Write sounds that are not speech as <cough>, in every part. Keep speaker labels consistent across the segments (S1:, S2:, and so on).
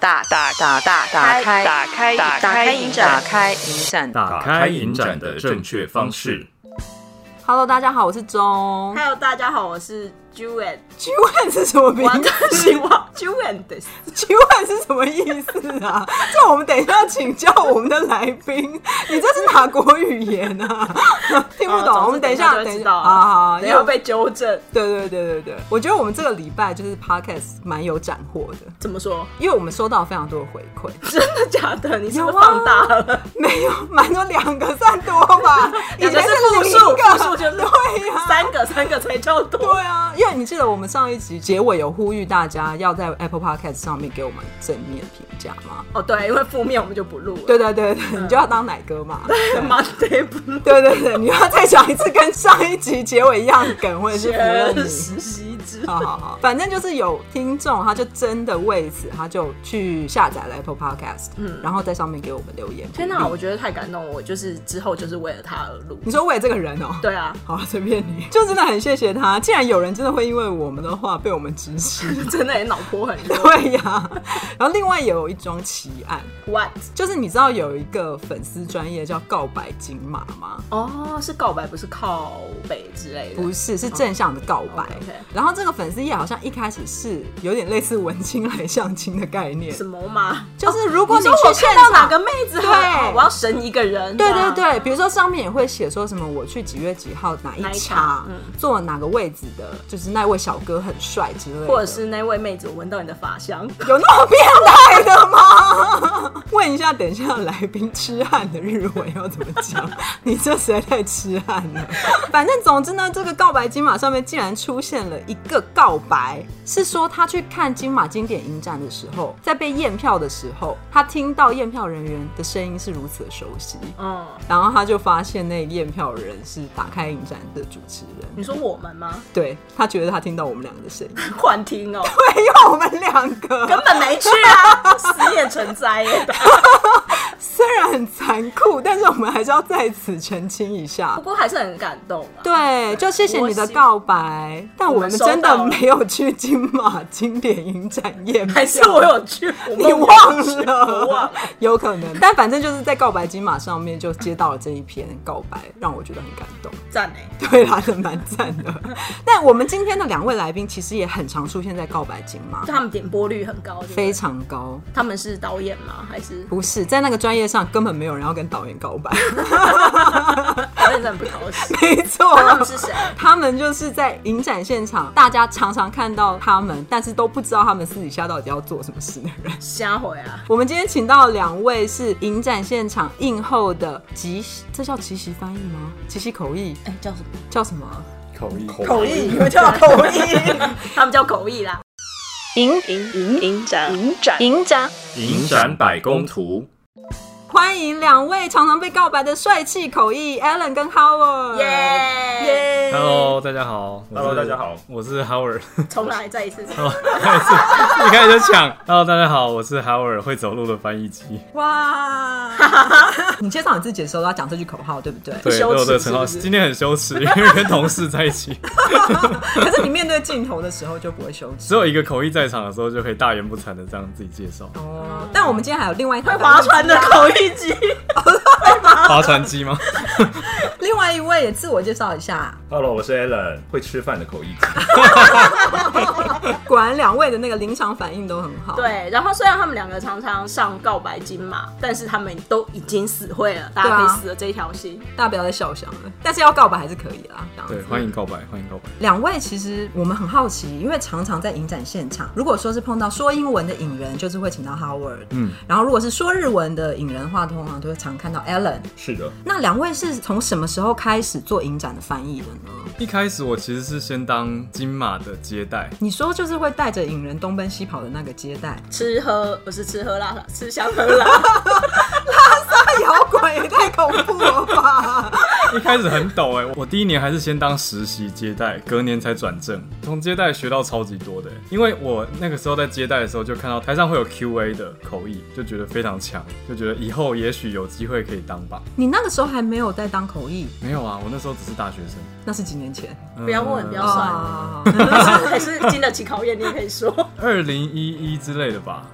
S1: 打打打打打开打开打开影展，打开影展。
S2: 打开影展的正确方式。
S3: Hello，大家好，我是钟。
S4: Hello，大家好，我是 Juan，
S3: j u n 是什么名
S4: 我
S3: 字
S4: 真希望 Juan 的
S3: j u n 是什么意思啊？ <laughs> 这我们等一下请教我们的来宾。你这是哪国语言啊？ <laughs> 听 <laughs> 不懂。
S4: 哦
S3: 我们等一下，
S4: 总之等一下就会
S3: 等
S4: 知
S3: 一下
S4: 道了
S3: 啊，
S4: 没有被纠正，
S3: 对对对对对，我觉得我们这个礼拜就是 podcast 蛮有斩获的，
S4: 怎么说？ <laughs>
S3: 因为我们收到非常多的回馈，
S4: 真的假的？你是不是
S3: 有啊
S4: 放大了？
S3: 没有蛮多两个算多吧，
S4: 以
S3: 以
S4: 前
S3: 前
S4: 是
S3: 零
S4: 复数，
S3: 个
S4: 复数就是
S3: 对呀、
S4: 三个，三个才叫
S3: 对
S4: 多。
S3: 啊，因为你记得我们上一集结尾有呼吁大家要在 Apple Podcast 上面给我们正面评价嘛？
S4: 哦，对，因为负面我们就不录了。
S3: 对对对对，你就要当奶哥嘛？
S4: <laughs> ，Monday 不录，
S3: 对对对，你要再讲一次跟上一集结尾一样的梗，或者是服了
S4: 确
S3: 你。
S4: 实习之。
S3: 好好好，反正就是有听众，他就真的为此，他就去下载了 Apple Podcast，嗯，然后在上面给我们留言。
S4: 天哪，我觉得太感动了，我就是之后就是为了他而录。
S3: 你说为这个人哦、
S4: 对啊， <laughs>
S3: 好，随便你，就真的很谢谢他。既然有人真的会因为我们的话被我们支持，
S4: 真的也脑波很弱。
S3: <laughs> 对呀、然后另外有一桩奇案，
S4: What？
S3: 就是你知道有一个粉丝专业叫告白金马吗？
S4: 哦，是告白，不是靠北之类的。
S3: 不是，是正向的告白。
S4: OK，OK
S3: 然后这个粉丝页好像一开始是有点类似文青来相亲的概念，
S4: 什么嘛？
S3: 就是如果
S4: 哦你
S3: 去
S4: 说我
S3: 现
S4: 看到
S3: 场，
S4: 哪个啊妹子很好，
S3: 对
S4: 我要神一个人。
S3: 对
S4: 这
S3: 对
S4: 样，
S3: 对，比如说上面也会写说什么我去几月几号哪一
S4: 哪一
S3: 场
S4: 场嗯
S3: 坐哪个位置的，就是那位小哥很帅之类的，
S4: 或者是那位妹子，我闻到你的发香。
S3: <laughs> 有那么变态的吗？ <laughs> 问一下，等一下来宾痴汉的日文要怎么讲？你这实在太痴汉了。 <laughs> 反正总之呢，这个告白金马上面竟然出现了一个告白，是说他去看金马经典影展的时候，在被验票的时候，他听到验票人员的声音是如此的熟悉，
S4: 嗯，
S3: 然后他就发现那验票人是打开影展的主持人，
S4: 你说我们
S3: <laughs>
S4: 吗？
S3: 对他觉得他听到我们两个的声音， <laughs>
S4: 幻听哦，
S3: 没有我们两个，
S4: 根本没去啊，死也成灾耶。 <laughs>
S3: 虽然很残酷，但是我们还是要在此澄清一下
S4: 不。过还是很感动啊。
S3: 对，就谢谢你的告白，但我们真的没有去金马经典影展验票，
S4: 还是我有去，我
S3: 你
S4: 们
S3: 忘
S4: 我忘
S3: 了
S4: 了，
S3: 有可能。但反正就是在告白金马上面就接到了这一篇告白，让我觉得很感动。
S4: 赞哎。
S3: 对啦，真蛮赞的。但我们今天的两位来宾其实也很常出现在告白金马，
S4: 他们点播率很高，对不对
S3: 非。常高。
S4: 他们是导演吗？还是
S3: 不是在那个专业上根本没有人要跟导演告白，
S4: 导演真的不高兴？
S3: 没错。
S4: 那他们是谁？
S3: 他们就是在影展现场，大家常常看到他们，但是都不知道他们私底下到底要做什么事的人。 <laughs>
S4: 瞎回啊！
S3: 我们今天请到两位是影展现场映后的即席，这叫即席翻译吗？即席口译
S4: 哎，叫什么？
S3: 叫什么？
S2: 口译，
S3: 口译，你们叫口译。
S4: <laughs>
S3: <laughs>
S4: 他们叫口译啦。
S1: 影影影影展影展影展
S2: 影展百工图。
S3: 欢迎两位常常被告白的帅气口译 Alan 跟 Howard。
S4: 耶！
S3: 耶
S5: Hello，大家好。我是
S2: 哦 Hello，大家好
S5: 我是 Howard。
S4: 重来再一次。
S5: 哦一开始就抢。Hello，大家好，我是 Howard，会走路的翻译机。
S4: <laughs>
S3: 哇！你介绍你自己的时候都要讲这句口号，对不对？
S5: 对，
S4: 羞
S5: 都
S4: 耻
S5: 有这个称号。
S4: 是不是
S5: 今天很羞耻，因为跟同事在一
S2: <laughs>
S5: 起，
S3: <laughs> 可是你面对镜头的时候就不会羞耻
S5: 只有一个口译在场的时候，就可以大言不惭的这样自己介绍。
S3: 哦。但我们今天还有另外一
S4: 会 <laughs>
S3: 台
S4: 划船的口译 <laughs> 机，
S5: 划船机
S2: <laughs>
S5: 吗？
S3: <laughs> 另外一位也自我介绍一下，
S2: Hello，我是 Alan，会吃饭的口译。
S3: 果然两位的那个临场反应都很好。，
S4: 对，然后虽然他们两个常常上告白金马，但是他们都已经死会了，大
S3: 对啊
S4: 家可以死了这一条心。
S3: 大家不要再笑想了，但是要告白还是可以啦。这样子
S5: 对，欢迎告白，欢迎告白。
S3: 两位其实我们很好奇，因为常常在影展现场，如果说是碰到说英文的影人，就是会请到 Howard，嗯，然后如果是说日文的影人的话，通常都会常看到 Alan。
S2: 是的，
S3: 那两位是从什么时候开始做影展的翻译的呢？
S5: 一开始我其实是先当金马的接待，
S3: 你说就是会带着影人东奔西跑的那个接待，
S4: 吃喝不是吃喝辣啦， <laughs> 吃香喝辣，
S3: <laughs> 摇滚也太恐怖了吧！
S5: <laughs> 一开始很抖哎、我第一年还是先当实习接待，隔年才转正。从接待学到超级多的、欸因为我那个时候在接待的时候就看到台上会有 Q&A 的口译，就觉得非常强，就觉得以后也许有机会可以当吧。
S3: 你那个时候还没有在当口译，
S5: 没有啊，我那时候只是大学生。
S3: 那是几年前
S4: 不要问不要算
S3: <laughs> 啊，
S4: 还是经得起考验，你也可以 <laughs> 说。
S5: 二零一一之类的吧，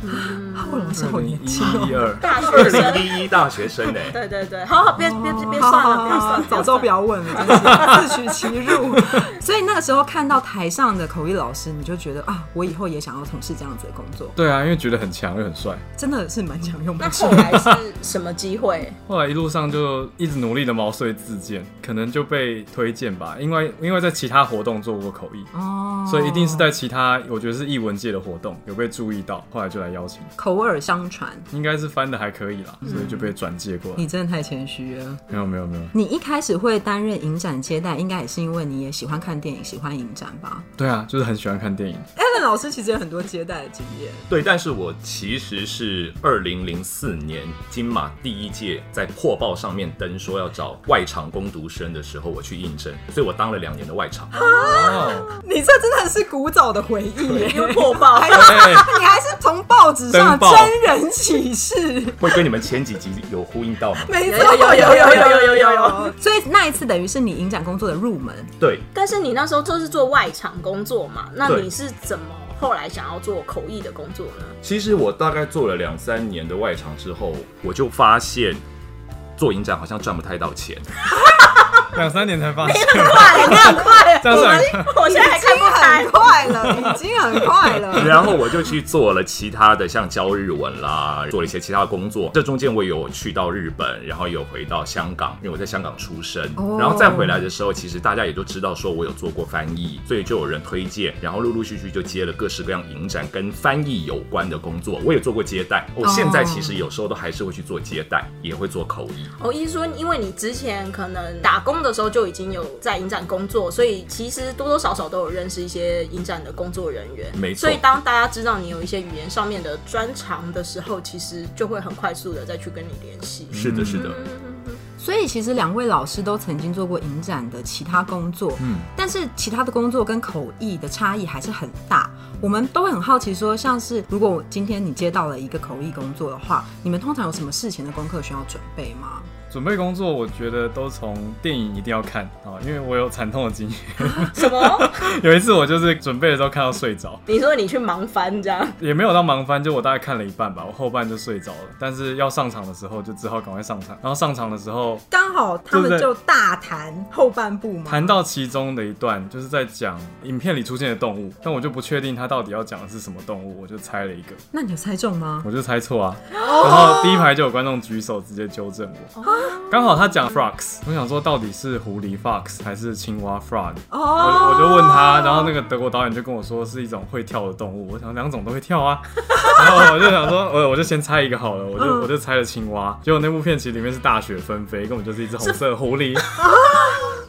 S3: 我老是
S5: 二
S3: 好
S5: 零
S3: 年
S5: 一
S3: 轻哦
S5: 一。二。
S4: 大
S2: 二
S4: 学生，
S2: 零一一大学生呢、欸
S4: 对对对，好好别别别
S3: 好
S4: 算
S3: 好
S4: 了，
S3: 好
S4: 不要 <laughs> 算了，
S3: 早知道不要问了，真是自取其辱。 <laughs> 所以那个时候看到台上的口译老师，你就觉得啊，我以后也想要从事这样子的工作，
S5: 对啊，因为觉得很强又很帅，
S3: 真的是蛮想用
S4: 那
S3: <laughs> 的。
S4: 后来是什么机 <laughs> 会？
S5: 后来一路上就一直努力的毛遂自荐，可能就被推荐吧，因为因为在其他活动做过口译，
S3: 哦
S5: 所以一定是在其他我觉得是译文界的活动有被注意到，后来就来邀请，
S3: 口耳相传。
S5: 应该是翻的还可以啦，所以就被转介过来
S3: 你。真的太谦虚了。
S5: 没有没有没有，
S3: 你一开始会担任影展接待，应该也是因为你也喜欢看电影，喜欢影展吧
S5: 对啊，就是很喜欢看电影。
S3: ？Alan 老师其实有很多接待的经验，
S2: <laughs> 对，但是我其实是二零零四年金马第一届在破报上面登说要找外场攻读生的时候，我去应征，所以我当了两年的外场。
S5: 哦，
S3: 你这真的是古早的回忆耶！
S4: 因为破报
S3: 还有
S5: 哎
S3: 你还是从报纸上
S5: 登报
S3: 真人启事，
S2: <laughs> 会跟你们前几集有呼应到吗？
S3: 没错，
S4: 有有有有有有有有有。
S3: 所以那一次等于是你影展工作的入门，
S2: 对，
S4: 但是你那时候就是做外场工作嘛，那
S2: 对
S4: 你是怎么后来想要做口译的工作呢？
S2: 其实我大概做了两三年的外场之后，我就发现做影展好像赚不太到钱。
S5: 两三年才发现，
S4: 快，你很快，
S5: 这样算很快
S4: 我现在还看不开
S3: 很。快了，已经很
S5: <laughs>
S3: 快
S2: <laughs>
S3: 了。
S5: 啊
S2: 然后我就去做了其他的，像教日文啦，做了一些其他的工作。这中间我有去到日本，然后有回到香港，因为我在香港出生。
S3: 哦
S2: 然后再回来的时候，其实大家也都知道，说我有做过翻译，所以就有人推荐，然后陆陆续续就接了各式各样影展跟翻译有关的工作。我也做过接待，我、
S3: 哦
S2: 现在其实有时候都还是会去做接待，也会做口译。
S4: 我意思说，因为你之前可能打工的时候就已经有在影展工作，所以其实多多少少都有认识一些影展的工作人员。
S2: 没错
S4: 所以当大家知道你有一些语言上面的专长的时候，其实就会很快速的再去跟你联系。
S2: 是的，嗯是的。
S4: 嗯
S3: 所以其实两位老师都曾经做过影展的其他工作，嗯，但是其他的工作跟口译的差异还是很大。我们都会很好奇说，像是如果今天你接到了一个口译工作的话，你们通常有什么事前的功课需要准备吗？
S5: 准备工作我觉得都从电影一定要看啊，因为我有惨痛的经验。 <laughs>
S4: 嗯什么？
S5: 有一次我就是准备的时候看到睡着，
S4: <laughs> 你说你去忙翻这样？
S5: 也没有到忙翻，就我大概看了一半吧，我后半就睡着了。但是要上场的时候，就只好赶快上场。然后上场的时候，
S3: 刚好他们
S5: 对不对
S3: 就大谈后半部嘛，
S5: 谈到其中的一段，就是在讲影片里出现的动物，但我就不确定他到底要讲的是什么动物，我就猜了一个，
S3: 那你有猜中吗？
S5: 我就猜错
S3: <laughs>
S5: 啊。然后第一排就有观众举手直接纠正
S3: 哦
S5: 我，刚好他讲 frogs，我想说到底是狐狸 fox 还是青蛙 frog，我
S3: 哦，
S5: 我就问他，啊然后那个德国导演就跟我说是一种会跳的动物，我想两种都会跳
S3: <laughs>
S5: 啊，然后我就想说，我我就先猜一个好了，我
S3: 嗯
S5: 就我就猜了青蛙，结果那部片其实里面是大雪纷飞，根本就是一只红色的狐
S3: <laughs>
S5: 狸，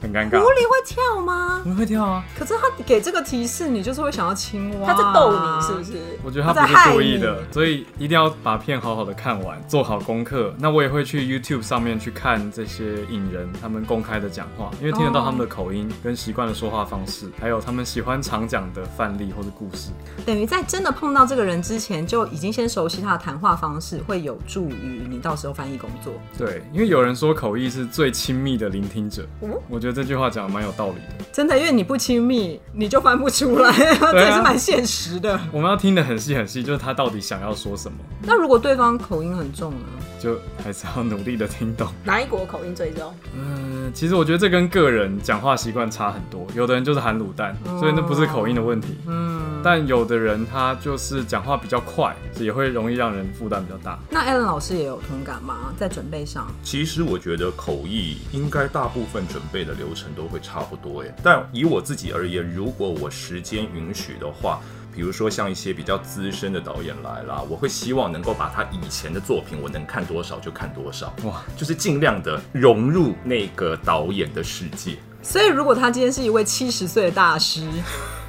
S5: 很尴尬
S3: 狐。狸会跳吗？
S5: 你会跳啊？
S3: 可是他给这个提示，你就是会想要青蛙、
S4: 他在逗你是不？是？
S5: 我觉得他不是故意的，所以一定要把片好好的看完，做好功课。那我也会去 YouTube 上面去看这些影人他们公开的讲话，因为听得到他们的口音跟习惯的说话方式，还有他们喜欢常讲的范例或者故事。
S3: 等于在真的碰到这个人之前，就已经先熟悉他的谈话方式，会有助于你到时候翻译工作。
S5: 对，因为有人说口译是最亲密的聆听者，我觉得这句话讲的蛮有道理的。
S3: 真的，因为你不亲密，你就翻不
S5: <laughs>
S3: 出来，这
S5: 啊
S3: 也是蛮现实的。
S5: 我们要听得很细很细，就是他到底想要说什么，
S3: 那如果对方口音很重呢？
S5: 就还是要努力的听懂。
S4: 哪一国口音最重？
S5: 嗯，其实我觉得这跟个人讲话习惯差很多，有的人就是含卤蛋，所以那不是口音的问题。
S3: 嗯，
S5: 但有的人他就是讲话比较快，也会容易让人负担比较大。
S3: 那 Alan 老师也有同感吗？在准备上，
S2: 其实我觉得口译应该大部分准备的流程都会差不多耶，但以我自己而言，如果我时间允许的话。比如说像一些比较资深的导演来啦，我会希望能够把他以前的作品，我能看多少就看多少，
S5: 哇，
S2: 就是尽量的融入那个导演的世界，
S3: 所以如果他今天是一位七十岁的大师，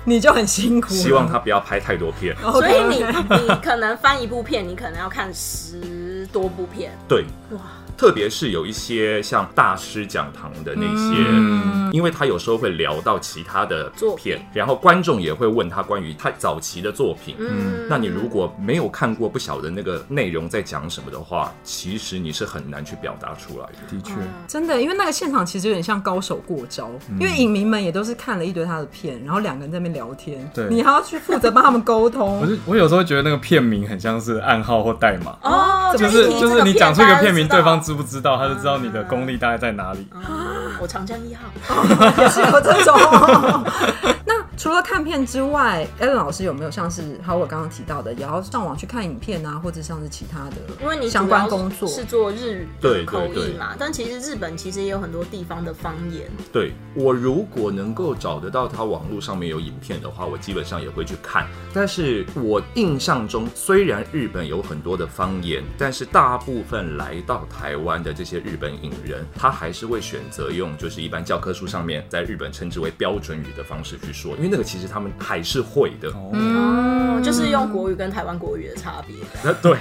S3: 你就很辛苦了。
S2: 希望他不要拍太多片。
S3: OK，OK，
S4: 所以 <laughs> 你你可能翻一部片，你可能要看十多部片。
S2: 对，
S4: 哇，
S2: 特别是有一些像大师讲堂的那些，因为他有时候会聊到其他的
S4: 嗯作
S2: 片
S4: 品，
S2: 然后观众也会问他关于他早期的作品，
S4: 嗯
S2: 那你如果没有看过，不晓得那个内容在讲什么的话，其实你是很难去表达出来的。
S5: 的确，
S3: <laughs>
S4: 哦
S3: 真的，因为那个现场其实有点像高手过招，因为影迷们也都是看了一堆他的片，然后两个人在那边聊天，
S5: 对
S3: 你还要去负责帮他们沟
S5: 我
S2: <laughs>
S3: 通。
S5: 是我有时候觉得那个片名很像是暗号或代码。
S4: 哦，
S5: 就是
S4: 一提
S5: 就
S4: 这
S5: 是你讲出一个片名，
S4: 大家
S5: 对
S4: 就
S5: 方
S4: 知哦
S5: 知不知道，他就知道你的功力大概在哪里。
S4: 道我长江一号，
S3: 也是有这种。 <laughs> 那除了看片之外 a l n 老师有没有像是还有我刚刚提到的，也要上网去看影片啊，或者像是其他的，
S4: <laughs> 因为你主
S3: 相
S4: 要
S3: 关工作
S4: 是做日语
S2: 对对
S4: 口译
S2: 对
S4: 嘛，但其实日本其实也有很多地方的方言，
S2: 对我如果能够找得到他网络上面有影片的话，我基本上也会去看。但是我印象中，虽然日本有很多的方言，但是大部分来到台湾的这些日本影人，他还是会选择用就是一般教科书上面在日本称之为标准语的方式去说，因为那个其实他们还是会的。 <laughs>
S5: 哦，
S4: 嗯，就是用国语跟台湾国语的差别。 <laughs>
S2: 那对。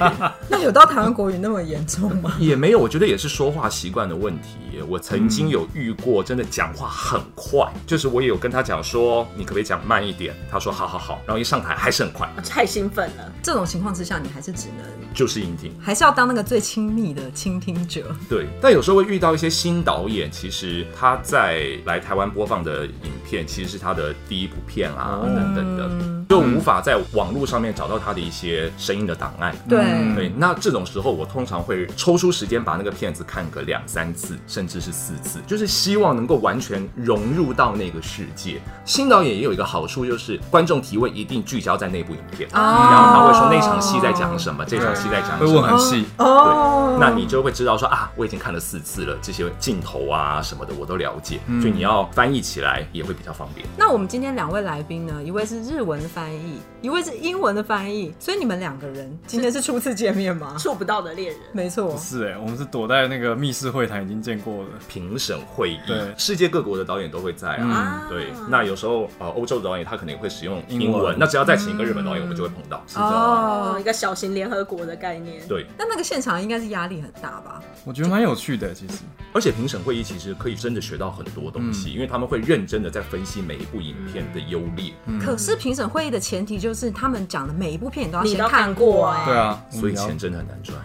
S3: 那有到台湾国语那么严重吗？ <laughs>
S2: 也没有，我觉得也是说话习惯的问题耶。我曾经有遇过，真的讲话很快，就是我也有跟他讲说，你可不可以讲慢一点？他说好好好，然后一上台还是很快，
S4: 太兴奋了，
S3: 这种情况之下，你还是只能
S2: 就是音听。
S3: 还是要当那个最亲密的倾听者。
S2: 对，但有时候会遇到一些新导演，其实他在来台湾播放的影片，其实是他的第一部片啊、
S5: 哦
S2: 等等的，就无法在网络上面找到他的一些声音的档案。
S3: 对，
S5: 嗯
S2: 对，那这种时候我通常会抽出时间把那个片子看个两三次，甚至是四次，就是希望能够完全融入到那个世界。新导演也有一个好处，就是观众提问一定聚焦在那部影片，然后他会说那场戏在讲什么，这场戏在讲
S5: 会
S2: 什
S5: 问
S2: 么。
S5: 很细，
S3: 哦
S2: 对，那你就会知道说啊，我已经看了四次了，这些镜头啊什么的我都了解，所以你要翻译起来也会比较方便。
S3: 那我们今天两位来宾呢，一位是日文的翻译，一位是英文的翻译，所以你们两个人今天是初次见面吗？
S4: 触不到的恋人。
S3: 没错，
S5: 是哎，我们是躲在那个密室会谈已经见过了。
S2: 评审会议
S5: 对，
S2: 世界各国的导演都会在啊。
S4: 嗯
S2: 对，那有时候呃，欧洲的导演他可能也会使用英文，
S5: 英文
S2: 那只要再请一个日本导演，我们就会碰到。是
S3: 哦
S4: 哦，一个小型联合国的概念。
S2: 对，
S3: 那那个现场应该是压力很大吧？
S5: 我觉得蛮有趣的，欸其实
S2: 而且评审会议其实可以真的学到很多东西，因为他们会认真的在分析每一部影片的优劣，
S3: 可是评审会议的前提就是他们讲的每一部片你都要
S4: 你
S3: 先
S4: 都看
S3: 过
S4: 过
S3: 啊。
S4: 哎
S5: 对啊，
S2: 所以
S5: 我们聊
S2: 钱真的很难赚。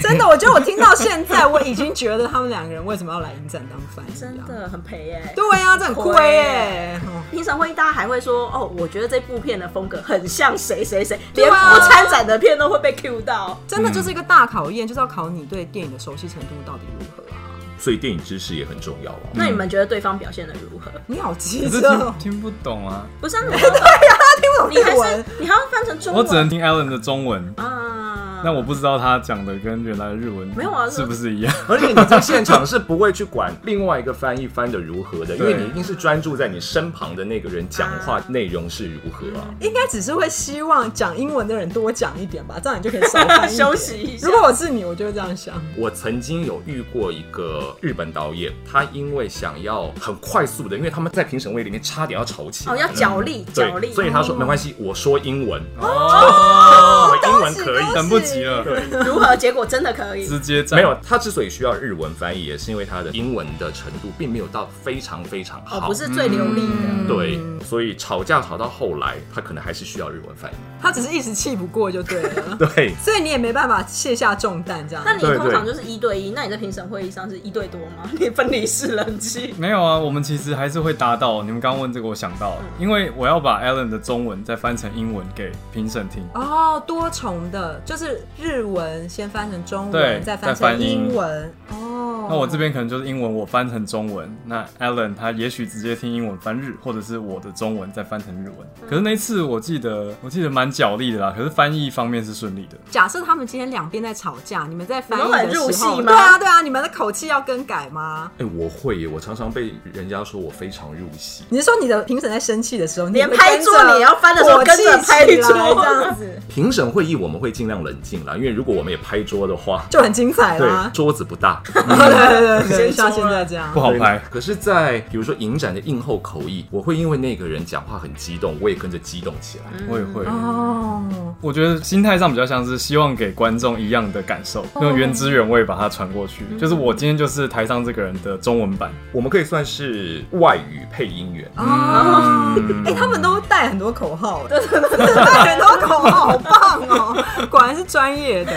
S3: 真的，我觉得我听到现在，我已经觉得他们两个人为什么要来影展当翻译、啊？
S4: 真。的很赔哎、
S3: 对啊，这很亏哎、哦
S4: 平常会议大家还会说哦，我觉得这部片的风格很像谁谁谁，
S3: 对
S4: 连
S3: 啊
S4: 不参展的片都会被 Q 到。
S3: 真的就是一个大考验，就是要考你对电影的熟悉程度到底如何啊！
S2: 所以电影知识也很重要啊。
S4: 那你们觉得对方表现的如何？
S3: 你好机
S5: 可是
S3: 智哦，
S5: 听听不懂啊，
S4: 不是啊，对呀、
S3: 听不懂
S4: 你还
S3: 日
S4: 是
S3: 文。
S4: 你还要翻成中
S5: 我
S4: 文
S5: 只能听 Alan 的中文，
S4: 啊？
S5: 但我不知道他讲的跟原来的日文
S4: 没有啊
S5: 是不是一样？
S2: 而且你在现场是不会去管另外一个翻译翻的如何的，因为
S5: 对
S2: 你一定是专注在你身旁的那个人讲话内容是如何啊。
S3: 应该只是会希望讲英文的人多讲一点吧，这样你就可以少翻
S4: <laughs>
S3: 译
S4: 休息一下
S3: 如果我是你，我就会这样想。
S2: 我曾经有遇过一个日本导演，他因为想要很快速的，因为他们在评审会里面差点要吵起来
S4: 哦，
S2: 了，
S4: 要角力，
S2: 嗯对
S4: 角力，
S2: 所以他说没关系，我说英文，
S5: 哦，
S2: 我英文可以。
S5: <laughs> 等不及了，
S4: 嗯如何？结果真的可以。
S5: 直接站
S2: 没有，他之所以需要日文翻译，也是因为他的英文的程度并没有到非常非常
S4: 哦，
S2: 好。
S4: 不
S3: 嗯
S4: 是嗯最流利的，
S2: 对，所以吵架吵到后来，他可能还是需要日文翻译。，
S3: 他只是一时气不过就对了
S4: <laughs>
S2: 对，
S3: 所以你也没办法卸下重担这样。
S4: 那你
S2: 对
S4: 通常
S2: 对
S4: 就是一对一，那你在评审会议上是一对多吗？你分离式冷
S2: <laughs>
S4: 气，
S5: 没有啊，我们其实还是会达到。你们刚刚问这个，我想到了，
S4: 嗯
S5: 因为我要把 Alan 的中文再翻成英文给评审听。
S3: 哦，多重的，就是日文先翻成中
S5: 对
S3: 文，再
S5: 再
S3: 翻
S5: 翻
S3: 成
S5: 英
S3: 英文。哦，
S5: 那我这边可能就是英文，我翻成中文。那 Alan 他也许直接听英文翻日，或者是我的中文再翻成日文。
S4: 嗯
S5: 可是那一次我记得，我记得蛮角力的啦。可是翻译方面是顺利的。
S3: 假设他们今天两边在吵架，你们在翻
S4: 你
S3: 译
S4: 们很
S3: 的时
S4: 入戏
S3: 候，
S4: 吗
S3: 对啊对啊，你们的口气要更改吗？
S2: 哎、我会耶，我常常被人家说我非常入戏。
S3: 你是说你的评审在生气的时候，你也会
S4: 连拍桌
S3: 跟着
S4: 你要翻的时候
S3: 火
S4: 跟
S3: 气
S4: 着拍
S3: 起来
S4: 桌
S3: 这样子？
S2: 评审会议我们会尽量冷近啦，因为如果我们也拍桌的话，
S3: 就很精彩
S2: 对
S3: 啦，。
S2: 桌子不大，
S3: <laughs> 对对对对，
S4: <laughs> 先
S3: 像
S4: 说
S3: 现
S4: 了
S3: 在这样
S5: 不。好拍。
S2: 可是在，比如说影展的映后口译，我会因为那个人讲话很激动，我也跟着激动起来。
S4: 嗯
S5: 我也会，
S3: 哦，
S5: 我觉得心态上比较像是希望给观众一样的感受，
S3: 哦
S5: 用原汁原味把它传过
S3: 嗯
S5: 去。就是我今天就是台上这个人的中文版，
S2: 我们可以算是外语配音员，
S3: 哎、他们都带很多口 <laughs> 号，对对对，带很多口号，好棒 <laughs> 哦！果然是专业的。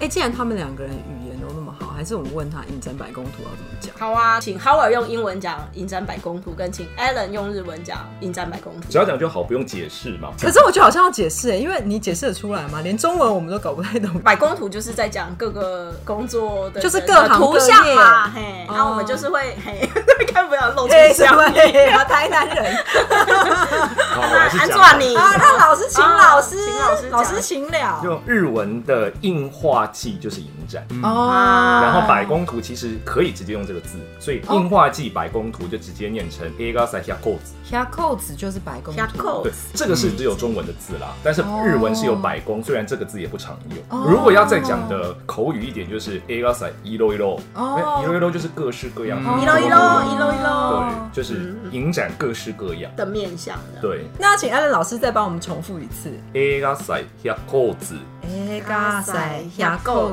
S3: 哎、既然他们两个人语言都那么好，还是我们问他《影展百工图》要怎么讲？
S4: 好啊，请 Howard 用英文讲《银展百工图》，跟请 Alan 用日文讲《银展百工图
S2: 只》。要讲就好，不用解释嘛。
S3: 可是我觉得好像要解释、哎，因为你解释得出来吗？连中文我们都搞不太懂。
S4: 百工图就是在讲各个工作的人的
S3: 就是各行各
S4: 图
S3: 业
S4: 像嘛，嘿，
S3: 哦
S4: 然后我们就是会嘿， <laughs> 看不了露出
S3: 哎、什
S4: 笑
S3: 么、。哎呀台南人
S2: 好，我还是
S4: 安
S2: 讲
S4: 坐
S2: 吧。
S4: 你
S3: 啊？那老师请
S4: 哦
S3: 老师，
S4: 请老师
S3: 老
S4: 讲
S3: 师请了。
S2: 用日文的硬化剂就是影展，
S3: 哦
S2: 然后百工图其实可以直接用这个字，所以硬化剂百工图就直接念成 a g a s a h a k o z
S3: 虾扣子就是白宫
S4: 下扣
S2: 对，这个是只有中文的字啦，但是日文是有百工，虽然这个字也不常
S3: 哦
S2: 用。如果要再讲的口语一点，就是 a g a s a i r o i r o
S3: 哦
S2: i r o i r o 就是各式各样的，
S5: 嗯
S4: 一喽一喽一喽一喽
S2: 对，就是影展各式各样。
S4: 的面相的。
S2: 对
S3: 那请艾伦老师再帮我们重复一次。
S2: a g a s a h a k o z
S3: 哎，嘎
S4: 加
S3: 塞
S4: 塞
S3: 牙
S4: 牙
S3: 垢
S4: 垢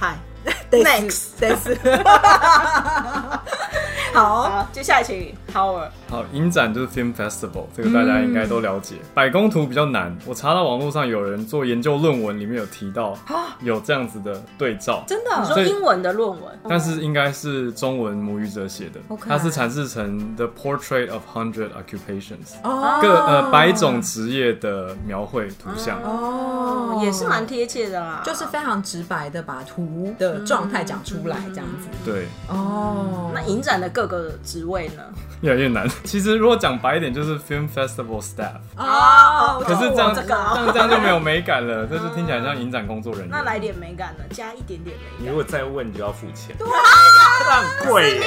S4: 嗨，<laughs>
S3: ，next next，好，
S4: 好，接下来请 Howard。
S5: 好，影展就是 Film Festival，这个大家应该都了
S3: 嗯
S5: 解。百工图比较难，我查到网络上有人做研究论文，里面有提到有这样子的对照，
S3: 啊真
S4: 你
S3: 的
S4: 说
S5: 所以
S4: 英文的论文，
S5: 但是应该是中文母语者写的
S3: OK
S5: 它是阐释成 The Portrait of Hundred Occupations，
S3: 哦
S5: 各呃百种职业的描绘图像。
S3: 哦
S4: 哦，也是蛮贴切的啦。
S3: 就是非常直白的把图的状态讲出来，这样子
S5: 对，
S3: 哦。
S4: 那影展的各个职位呢？
S5: 越来越难。其实如果讲白一点，就是 Film Festival staff，
S3: 哦，
S5: 可是这样
S4: 这
S5: 这
S4: 个啊
S5: 样这样就没有美
S4: <laughs>
S5: 感了，这就听起来像影展工作人员。
S4: 哦那来点美感呢？加一点点美
S2: 你
S4: 感
S2: 如。果再问，你就要付钱，对很贵耶。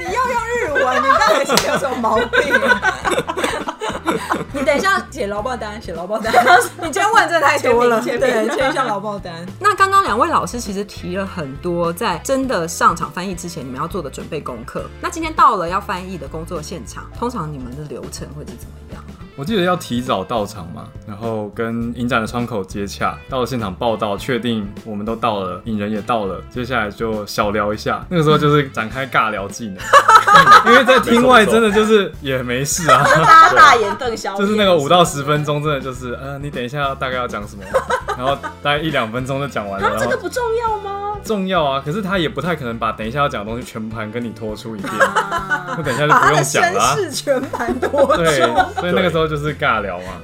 S3: 你要用日文，你到底是有什么毛病啊？你等一下写劳报单，写劳 <laughs> 报单。你今天问这太多了，
S4: 签名签
S3: 对，
S4: 名
S3: 签一下劳报单。 <laughs> 那刚刚两位老师其实提了很多在真的上场翻译之前你们要做的准备功课。那今天到了要翻译的工作现场，通常你们的流程会是怎么样？
S5: 我记得要提早到场嘛，然后跟影展的窗口接洽，到了现场报道，确定我们都到了，影人也到了，接下来就小聊一下。那个时候就是展开尬聊技
S4: <laughs>
S5: 能，嗯因为在厅外真的就是也没事啊， <laughs>
S4: 大家大眼瞪小眼，
S5: 就是那个五到十分钟，真的就是呃，你等一下大概
S4: <laughs>
S5: 要讲什么，然后大概一两分钟就讲完了，
S4: 啊，这
S5: 然
S4: 个
S5: 后
S4: 不重要吗？
S5: 重要啊，可是他也不太可能把等一下要讲的东西全盘跟你拖出一遍，
S4: 啊
S5: 那等一下就
S3: 把
S5: 不
S3: 他的
S5: 用讲
S3: 身
S5: 了、啊。
S3: 世全盘托
S5: 对
S3: 出。，
S5: 所以那个时候就是尬聊嘛，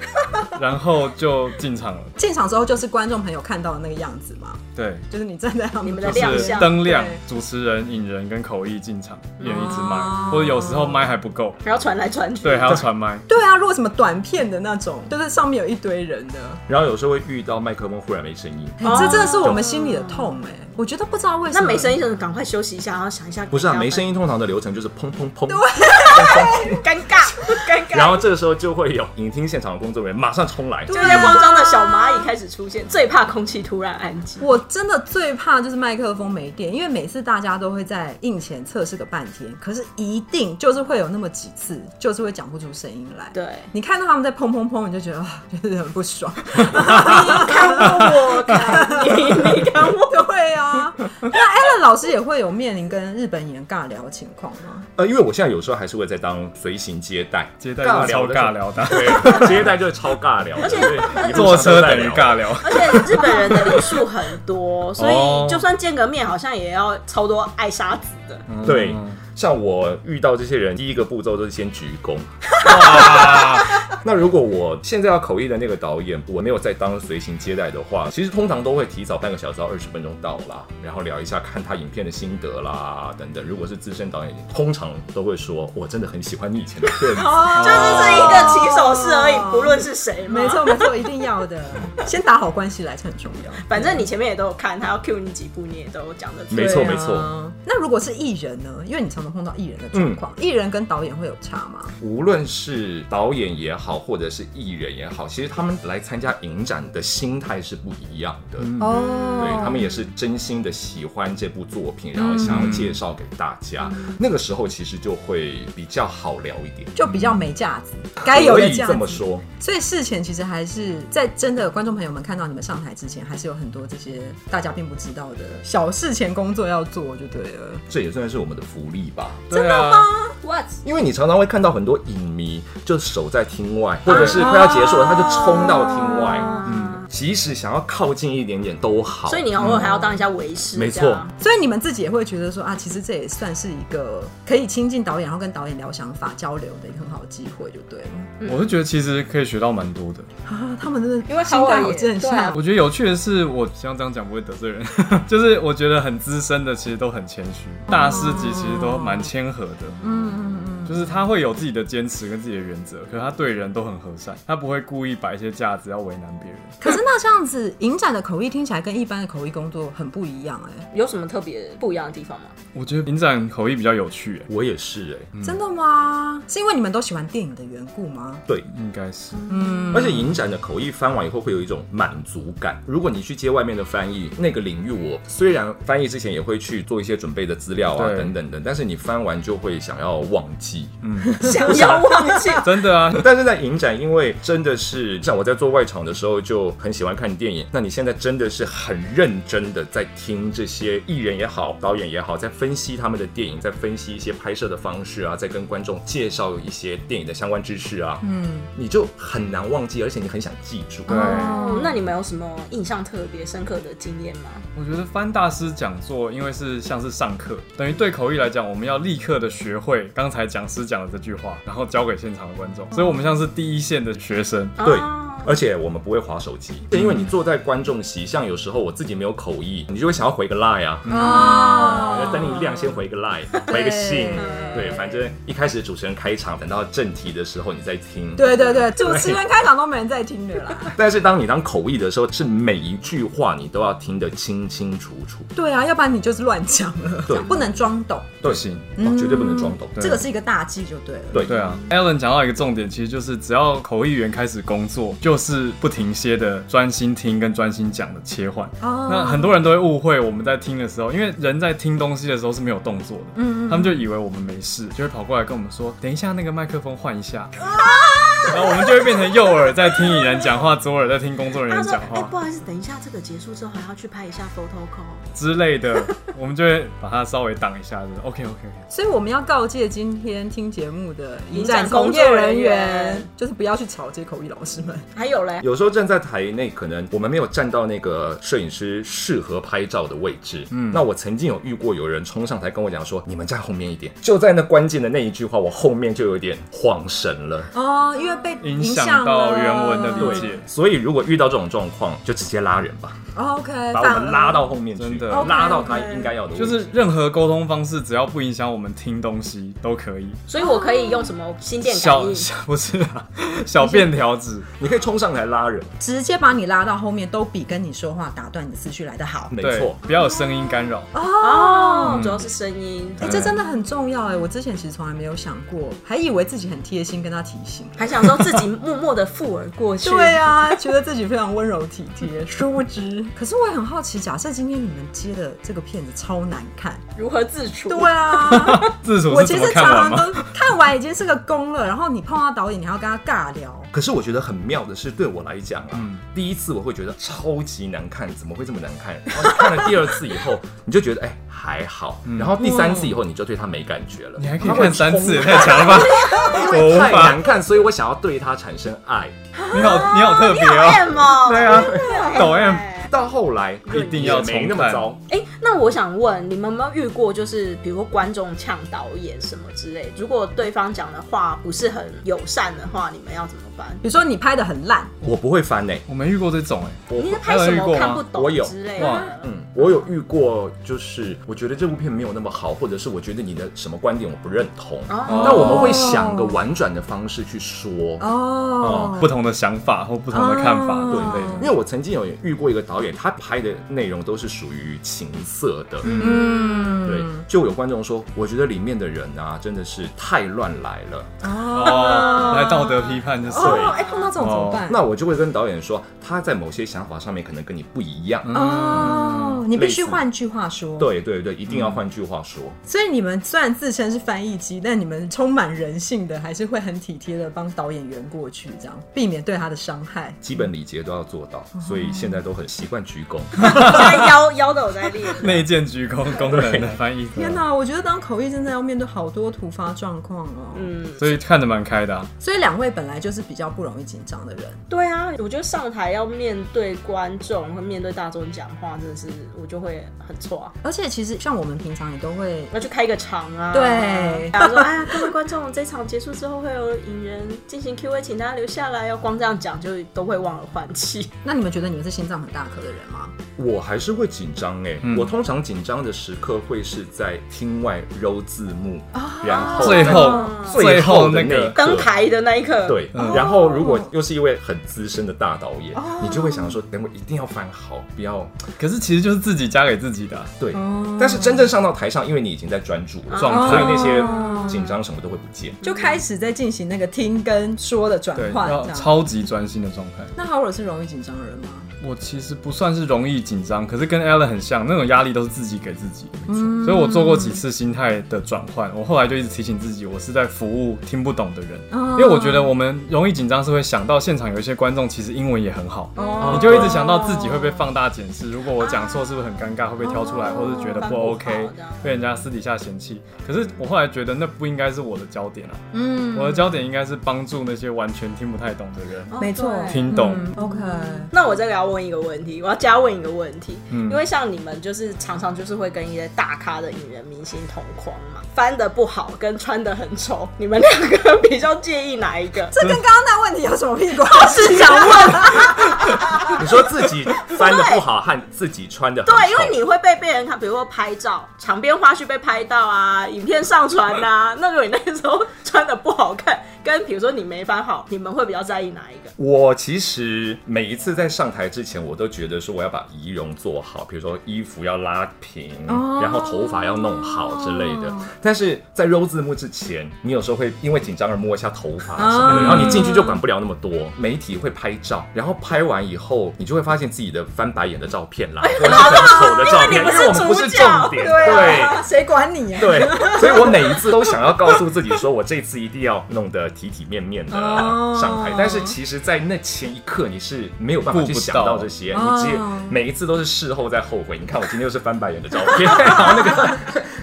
S5: 然后就进场了。
S3: 现场之后就是观众朋友看到的那个样子嘛，
S5: 对，
S3: 就是你站在他们
S4: 你们
S3: 的
S4: 的
S5: 就
S4: 亮
S5: 是
S4: 相
S5: 灯亮
S3: 对、
S5: 主持人、引人跟口译进场，一人一支麦
S3: 哦，
S5: 或者有时候麦还不够，
S4: <laughs> 还要传来传去，
S5: 对，还要传麦。
S3: 对啊，如果什么短片的那种，就是上面有一堆人的，
S2: 然后有时候会遇到麦克风忽然没声音，
S4: 哦
S3: 这真的是我们心里的痛哎、我觉得不知道为什么
S4: 那没声音就是赶快休息一下，然后想一下。
S2: 不是啊，
S4: 要
S2: 没声音通常的流程就是砰砰砰，
S4: 尴尬，尴尬。
S2: 然后这个时候就会有影厅现场的工作人员马上冲来，
S4: 就那些慌张的啊小蚂蚁开始出现，最怕空气突然安静。
S3: 我真的最怕就是麦克风没电，因为每次大家都会在印前测试个半天，可是一定就是会有那么几次，就是会讲不出声音来。，
S4: 对，
S3: 你看到他们在砰砰砰，你就觉得啊，就是很不爽。 <laughs>
S4: 你 <laughs> 看我，我看你，你看我。
S3: 对啊，那 Alan 老师也会有面临跟日本演员尬聊的情况吗？
S2: 呃，因为我现在有时候还是会在当随行接待，
S5: 接待就是超尬聊的，
S2: 对，接待就是超尬聊，而且
S5: <laughs> 坐车等于尬聊。
S4: 而且日本人的礼数很多，所
S5: 哦
S4: 以就算见个面，好像也要超多爱沙子的。
S2: 对，
S5: 嗯
S2: 像我遇到这些人，第一个步骤都是先鞠
S5: <laughs>
S2: 躬。那如果我现在要口译的那个导演，我没有在当随行接待的话，其实通常都会提早半个小时到二十分钟到啦，然后聊一下看他影片的心得啦等等。如果是资深导演，通常都会说，我真的很喜欢你以前的片子。
S4: 就是这一个起手式而已，不论是谁嘛。
S3: 哦没，错没错，一定
S4: <laughs>
S3: 要的，先打好关系来是很重要。
S4: 反正你前面也都有看，他要 cue 你几步，你也都讲得出来
S2: 没错嗯
S3: 对啊那如果是艺人呢？因为你常常常碰到艺人的状况，艺、人跟导演会有差吗？
S2: 无论是导演也好，或者是艺人也好，其实他们来参加影展的心态是不一样的。
S3: 哦
S2: 对他们也是真心的喜欢这部作品，然后想要介绍给大家。
S4: 嗯
S2: 那个时候其实就会比较好聊一点，
S3: 就比较没架子，该
S2: 啊
S3: 有
S2: 可
S3: 的
S2: 以
S3: 架
S2: 这么
S3: 子。
S2: 说。
S3: 所以事前其实还是在真的观众朋友们看到你们上台之前，还是有很多这些大家并不知道的小事前工作要做，就对了。
S2: 这也算是我们的福利吧。
S5: 真的吗？
S4: What？
S2: 因为你常常会看到很多影迷就守在厅
S3: 啊
S2: 外，或者是快要结束了，他就冲到厅外，
S5: 嗯，
S2: 即使想要靠近一点点都好。
S4: 所以你偶尔还要当一下为师，
S2: 没
S4: 这样
S2: 错
S3: 所以你们自己也会觉得说啊，其实这也算是一个可以亲近导演，然后跟导演聊想法、交流的一个很好的机会，就对了。
S5: 啊我是觉得其实可以学到蛮多的。
S3: 啊，他们真的
S4: 因为
S3: 心
S4: 好
S3: 态
S4: 玩
S3: 好
S4: 也
S3: 正
S4: 对啊
S3: 向，
S5: 我觉得有趣的是，我希望这样讲不会得罪人， <laughs> 就是我觉得很资深的其实都很谦虚，大师级其实都蛮谦和的。
S3: 嗯嗯嗯，
S5: 就是他会有自己的坚持跟自己的原则，可是他对人都很和善，他不会故意摆一些架子要为难别人。
S3: 可是那这样子，影展的口译听起来跟一般的口译工作很不一样哎、
S4: 有什么特别不一样的地方吗？
S5: 我觉得影展口译比较有趣，哎
S2: 我也是哎、
S3: 真的吗？是因为你们都喜欢电影的缘故吗？
S2: 对，
S5: 应该是
S3: 嗯
S5: 嗯
S2: 而且影展的口译翻完以后会有一种满足感。如果你去接外面的翻译，那个领域我虽然翻译之前也会去做一些准备的资料啊
S5: 对
S2: 等等的，但是你翻完就会想要忘记。
S4: 想要忘记，
S5: 真的啊， <laughs>
S2: 嗯但是在影展，因为真的是像我在做外场的时候就很喜欢看电影，那你现在真的是很认真的在听这些艺人也好，导演也好，在分析他们的电影，在分析一些拍摄的方式啊，在跟观众介绍一些电影的相关知识啊，
S3: 嗯，
S2: 你就很难忘记，而且你很想记住。
S5: 对，
S4: 哦那你们有什么印象特别深刻的经验吗？
S5: 我觉得翻大师讲座，因为是像是上课，等于对口译来讲，我们要立刻的学会刚才讲师讲的这句话，然后交给现场的观众，所以我们像是第一线的学生。
S2: 对
S4: 啊，
S2: 而且我们不会划手机，因为你坐在观众席，像有时候我自己没有口译，你就会想要回个 line 啊，
S3: 嗯
S2: 呃
S3: 哦
S2: 等你亮先回个 line，回个信，对，反正一开始主持人开场，等到正题的时候你再听。
S3: 对对对，主持人开场都没人在听的啦。
S2: 但是当你当口译的时候，是每一句话你都要听得清清楚楚，
S3: 对啊，要不然你就是乱讲了，
S2: 对
S3: 不能装懂，
S2: 对，
S5: 行
S2: 哦，绝对不能装懂。
S5: 嗯对
S3: 这个是一个大忌就对了。
S2: 对
S5: 对啊，Alan 讲到一个重点，其实就是只要口译员开始工作，就是不停歇的专心听跟专心讲的切换。
S3: 哦
S5: 那很多人都会误会我们在听的时候，因为人在听东西的时候是没有动作的，
S4: 嗯
S5: 他们就以为我们没事，就会跑过来跟我们说：“等一下，那个麦克风换一下。然后我们就会变成右耳在听蚁人讲话，左耳在听工作人
S4: 他
S5: 员
S4: 说
S5: 讲：“
S4: 哎，
S5: 话
S4: 不好意思，等一下这个结束之后还要去拍一下 photo call。
S5: 之类的，我们就会把它稍微挡一下，就是 OK OK OK。
S3: 所以我们要告诫今天听节目的影展
S4: 影展工
S3: 从业
S4: 作
S3: 人
S4: 人
S3: 员
S4: 员，
S3: 就是不要去吵这些口译老师们。”
S4: 还有嘞，
S2: 有时候站在台内，可能我们没有站到那个摄影师适合拍照的位置。嗯，那我曾经有遇过有人冲上台跟我讲说：“你们站后面一点。”就在那关键的那一句话，我后面就有点晃神了。
S3: 哦，因为被
S5: 影
S3: 响
S5: 响到
S3: 了
S5: 原
S4: <laughs>
S5: 文的理解
S2: 对，所以如果遇到这种状况，就直接拉人吧，
S3: 哦 OK，
S2: 把我们拉到后面去，
S5: 真的
S2: 拉到他应该要的位置。
S5: 就是任何沟通方式，只要不影响我们听东西都可以。
S4: 所以我可以用什么心电感
S5: 小
S4: 应？
S5: 小不是啊， <laughs> 小便条纸，
S2: 你可以冲上来拉人，
S3: 直接把你拉到后面，都比跟你说话打断你的思绪来得好。
S2: 没
S5: 对
S2: 错，，
S5: 不要有声音干扰。
S4: 哦，主要是声音，
S3: 哎、这真的很重要哎、我之前其实从来没有想过，还以为自己很贴心跟他提醒。
S4: 还想说自己默默的附耳过去。
S3: 对啊，觉得自己非常温柔体贴，殊不知。可是我也很好奇，假设今天你们接的这个片子超难看，
S4: 如何自处？
S3: 对啊，
S5: 自主
S3: 我
S5: 是
S3: 其
S5: 怎么
S3: 实
S5: 看
S3: 常
S5: 完
S3: 常
S5: 吗？
S3: 都看完已经是个功了，然后你碰到导演，你还要跟他尬聊，
S2: 可是我觉得很妙的是，对我来讲啊，
S5: 嗯
S2: 第一次我会觉得超级难看，怎么会这么难看？然后你看了第二次以后，
S5: <laughs>
S2: 你就觉得哎、还好，然后第三次以后你就对他没感觉了。
S5: 嗯你还可以
S2: 他会
S5: 看三次，也 <laughs>
S2: 冲
S5: 太强了吧！
S2: 因
S5: 我
S2: 为
S5: 无
S2: 太
S5: 法
S2: 难看，所以我想要对他产生爱。
S5: 你好，你好特别哦。
S4: M 哦，
S5: 对啊，抖 M
S2: 到后来
S5: <laughs> 一定要
S2: 也没
S5: 重
S2: 那么
S5: 看
S2: 糟，
S4: 哎、那我想问，你们有没有遇过，就是比如说观众呛导演什么之类，如果对方讲的话不是很友善的话，你们要怎么翻。
S3: 比如说你拍的很烂，
S2: 我不会翻呢、欸
S5: 我没遇过这种哎、
S2: 我
S4: 你是拍什
S5: 还有遇
S4: 么
S5: 过吗
S4: 看不懂
S2: 我有
S4: 之类
S5: 哇
S4: 的？
S2: 嗯，我有遇过，就是我觉得这部片没有那么好，或者是我觉得你的什么观点我不认同，
S4: 哦，
S2: 那我们会想个婉转的方式去说。
S3: 哦，
S5: 不同的想法或不同的看法
S3: 哦
S5: 对
S2: 对，因为我曾经有遇过一个导演，他拍的内容都是属于情色的，
S3: 嗯，
S2: 对，就有观众说，我觉得里面的人啊，真的是太乱来了。
S5: 哦，来道德批判就是
S3: 哦，哎，碰到这种怎
S5: 哦
S3: 么办？
S2: 那我就会跟导演说，他在某些想法上面可能跟你不一样。
S3: 嗯哦，你必须
S2: 类似
S3: 换句话说，
S2: 对对对，一定要换句话说。
S3: 所以你们虽然自称是翻译机，但你们充满人性的，还是会很体贴的帮导演圆过去，这样避免对他的伤害。
S2: 基本礼节都要做到，所以现在都很习惯鞠躬。
S4: 现在 <laughs> 腰腰都有在
S5: <laughs>
S4: 裂。
S5: 内建鞠躬功能的翻译。
S3: 天哪，我觉得当口译真的要面对好多突发状况哦。
S4: 嗯，
S5: 所以看得蛮开的、啊，
S3: 所以两位本来就是比较不容易紧张的人，
S4: 对啊，我觉得上台要面对观众和面对大众讲话，真的是我就会很错啊。
S3: 而且其实像我们平常也都会
S4: 要去开一个场啊，
S3: 对
S4: 然后说哎呀，各位观众，这场结束之后会有影人进行 Q&A，请大家留下来。要光这样讲，就都会忘了换气。
S3: 那你们觉得你们是心脏很大颗的人吗？
S2: <laughs> 我还是会紧张哎，我通常紧张的时刻会是在厅外揉字幕，然
S4: 哦
S2: 后
S5: 最
S2: 在
S5: 后
S2: 最后
S5: 那
S2: 的那一
S5: 个
S2: 刻
S4: 登台的那一刻，，
S2: 对，然后如果又是一位很资深的大导演，
S4: 哦
S2: 你就会想说，等我一定要翻好，不要
S5: 可是其实就是自己加给自己的啊、
S2: 对。
S4: 哦
S2: 但是真正上到台上，因为你已经在专注了，
S5: 状
S3: 哦
S2: 所以
S5: 态
S2: 那些紧张什么都会不见。
S3: 就开始在进行那个听跟说的转
S5: 对，
S3: 换，
S5: 要
S3: 这样。
S5: 超级专心的状态。
S3: 那 Howard 是容易紧张的人吗？
S5: 我其实不算是容易紧张，可是跟 Alan 很像，那种压力都是自己给自己。
S3: 嗯
S5: 所以我做过几次心态的转换，我后来就一直提醒自己，我是在服务听不懂的人，
S3: 哦
S5: 因为我觉得我们容易紧张是会想到现场有一些观众其实英文也很好，
S3: 哦
S5: 你就一直想到自己会被放大检视，如果我讲错是不是很尴尬，会被挑出来，或是觉得不
S4: 哦反驳
S5: OK，
S4: 好这样
S5: 被人家私底下嫌弃。可是我后来觉得那不应该是我的焦点啊，
S3: 嗯，
S5: 我的焦点应该是帮助那些完全听不太懂的人
S3: 没错
S4: 哦对
S5: 听懂。
S3: 嗯 OK，
S4: 那我这个要问一个问题，我要加问一个问题，
S5: 嗯
S4: 因为像你们就是常常就是会跟一些大咖的影人明星同框嘛，翻的不好跟穿的很丑，你们两个比较介意哪一个？
S3: 这跟
S5: 嗯
S3: 刚刚那问题有什么屁 <laughs> 股？我是想问，
S2: 你说自己翻的不好和自己穿的
S4: 啊对，因为你会被被人看，比如说拍照，场边花絮被拍到 <laughs> 啊，影片上传啊， <laughs> 那如果你那时候穿的不好看，跟比如说你没翻好，你们会比较在意哪一个？
S2: 我其实每一次在上台之前，我都觉得说我要把仪容做好，比如说衣服要拉平，然后头发要弄好之类的。但是在揉字幕之前，你有时候会因为紧张而摸一下头发什么的，然后你进去就管不了那么多。媒体会拍照，然后拍完以后，你就会发现自己的翻白眼的照片啦，或者是很丑的照片，因为我们不是重点，对。啊
S3: 谁管你啊？
S2: 对，所以我每一次都想要告诉自己，说我这次一定要弄得体体面面的
S3: 哦
S2: 上台。但是其实，在那前一刻，你是没有办法去想到这些，
S3: 顾不到
S2: 你只
S3: 哦
S2: 每一次都是事后在后悔。你看，我今天又是翻白眼的照片， <laughs> 然后那个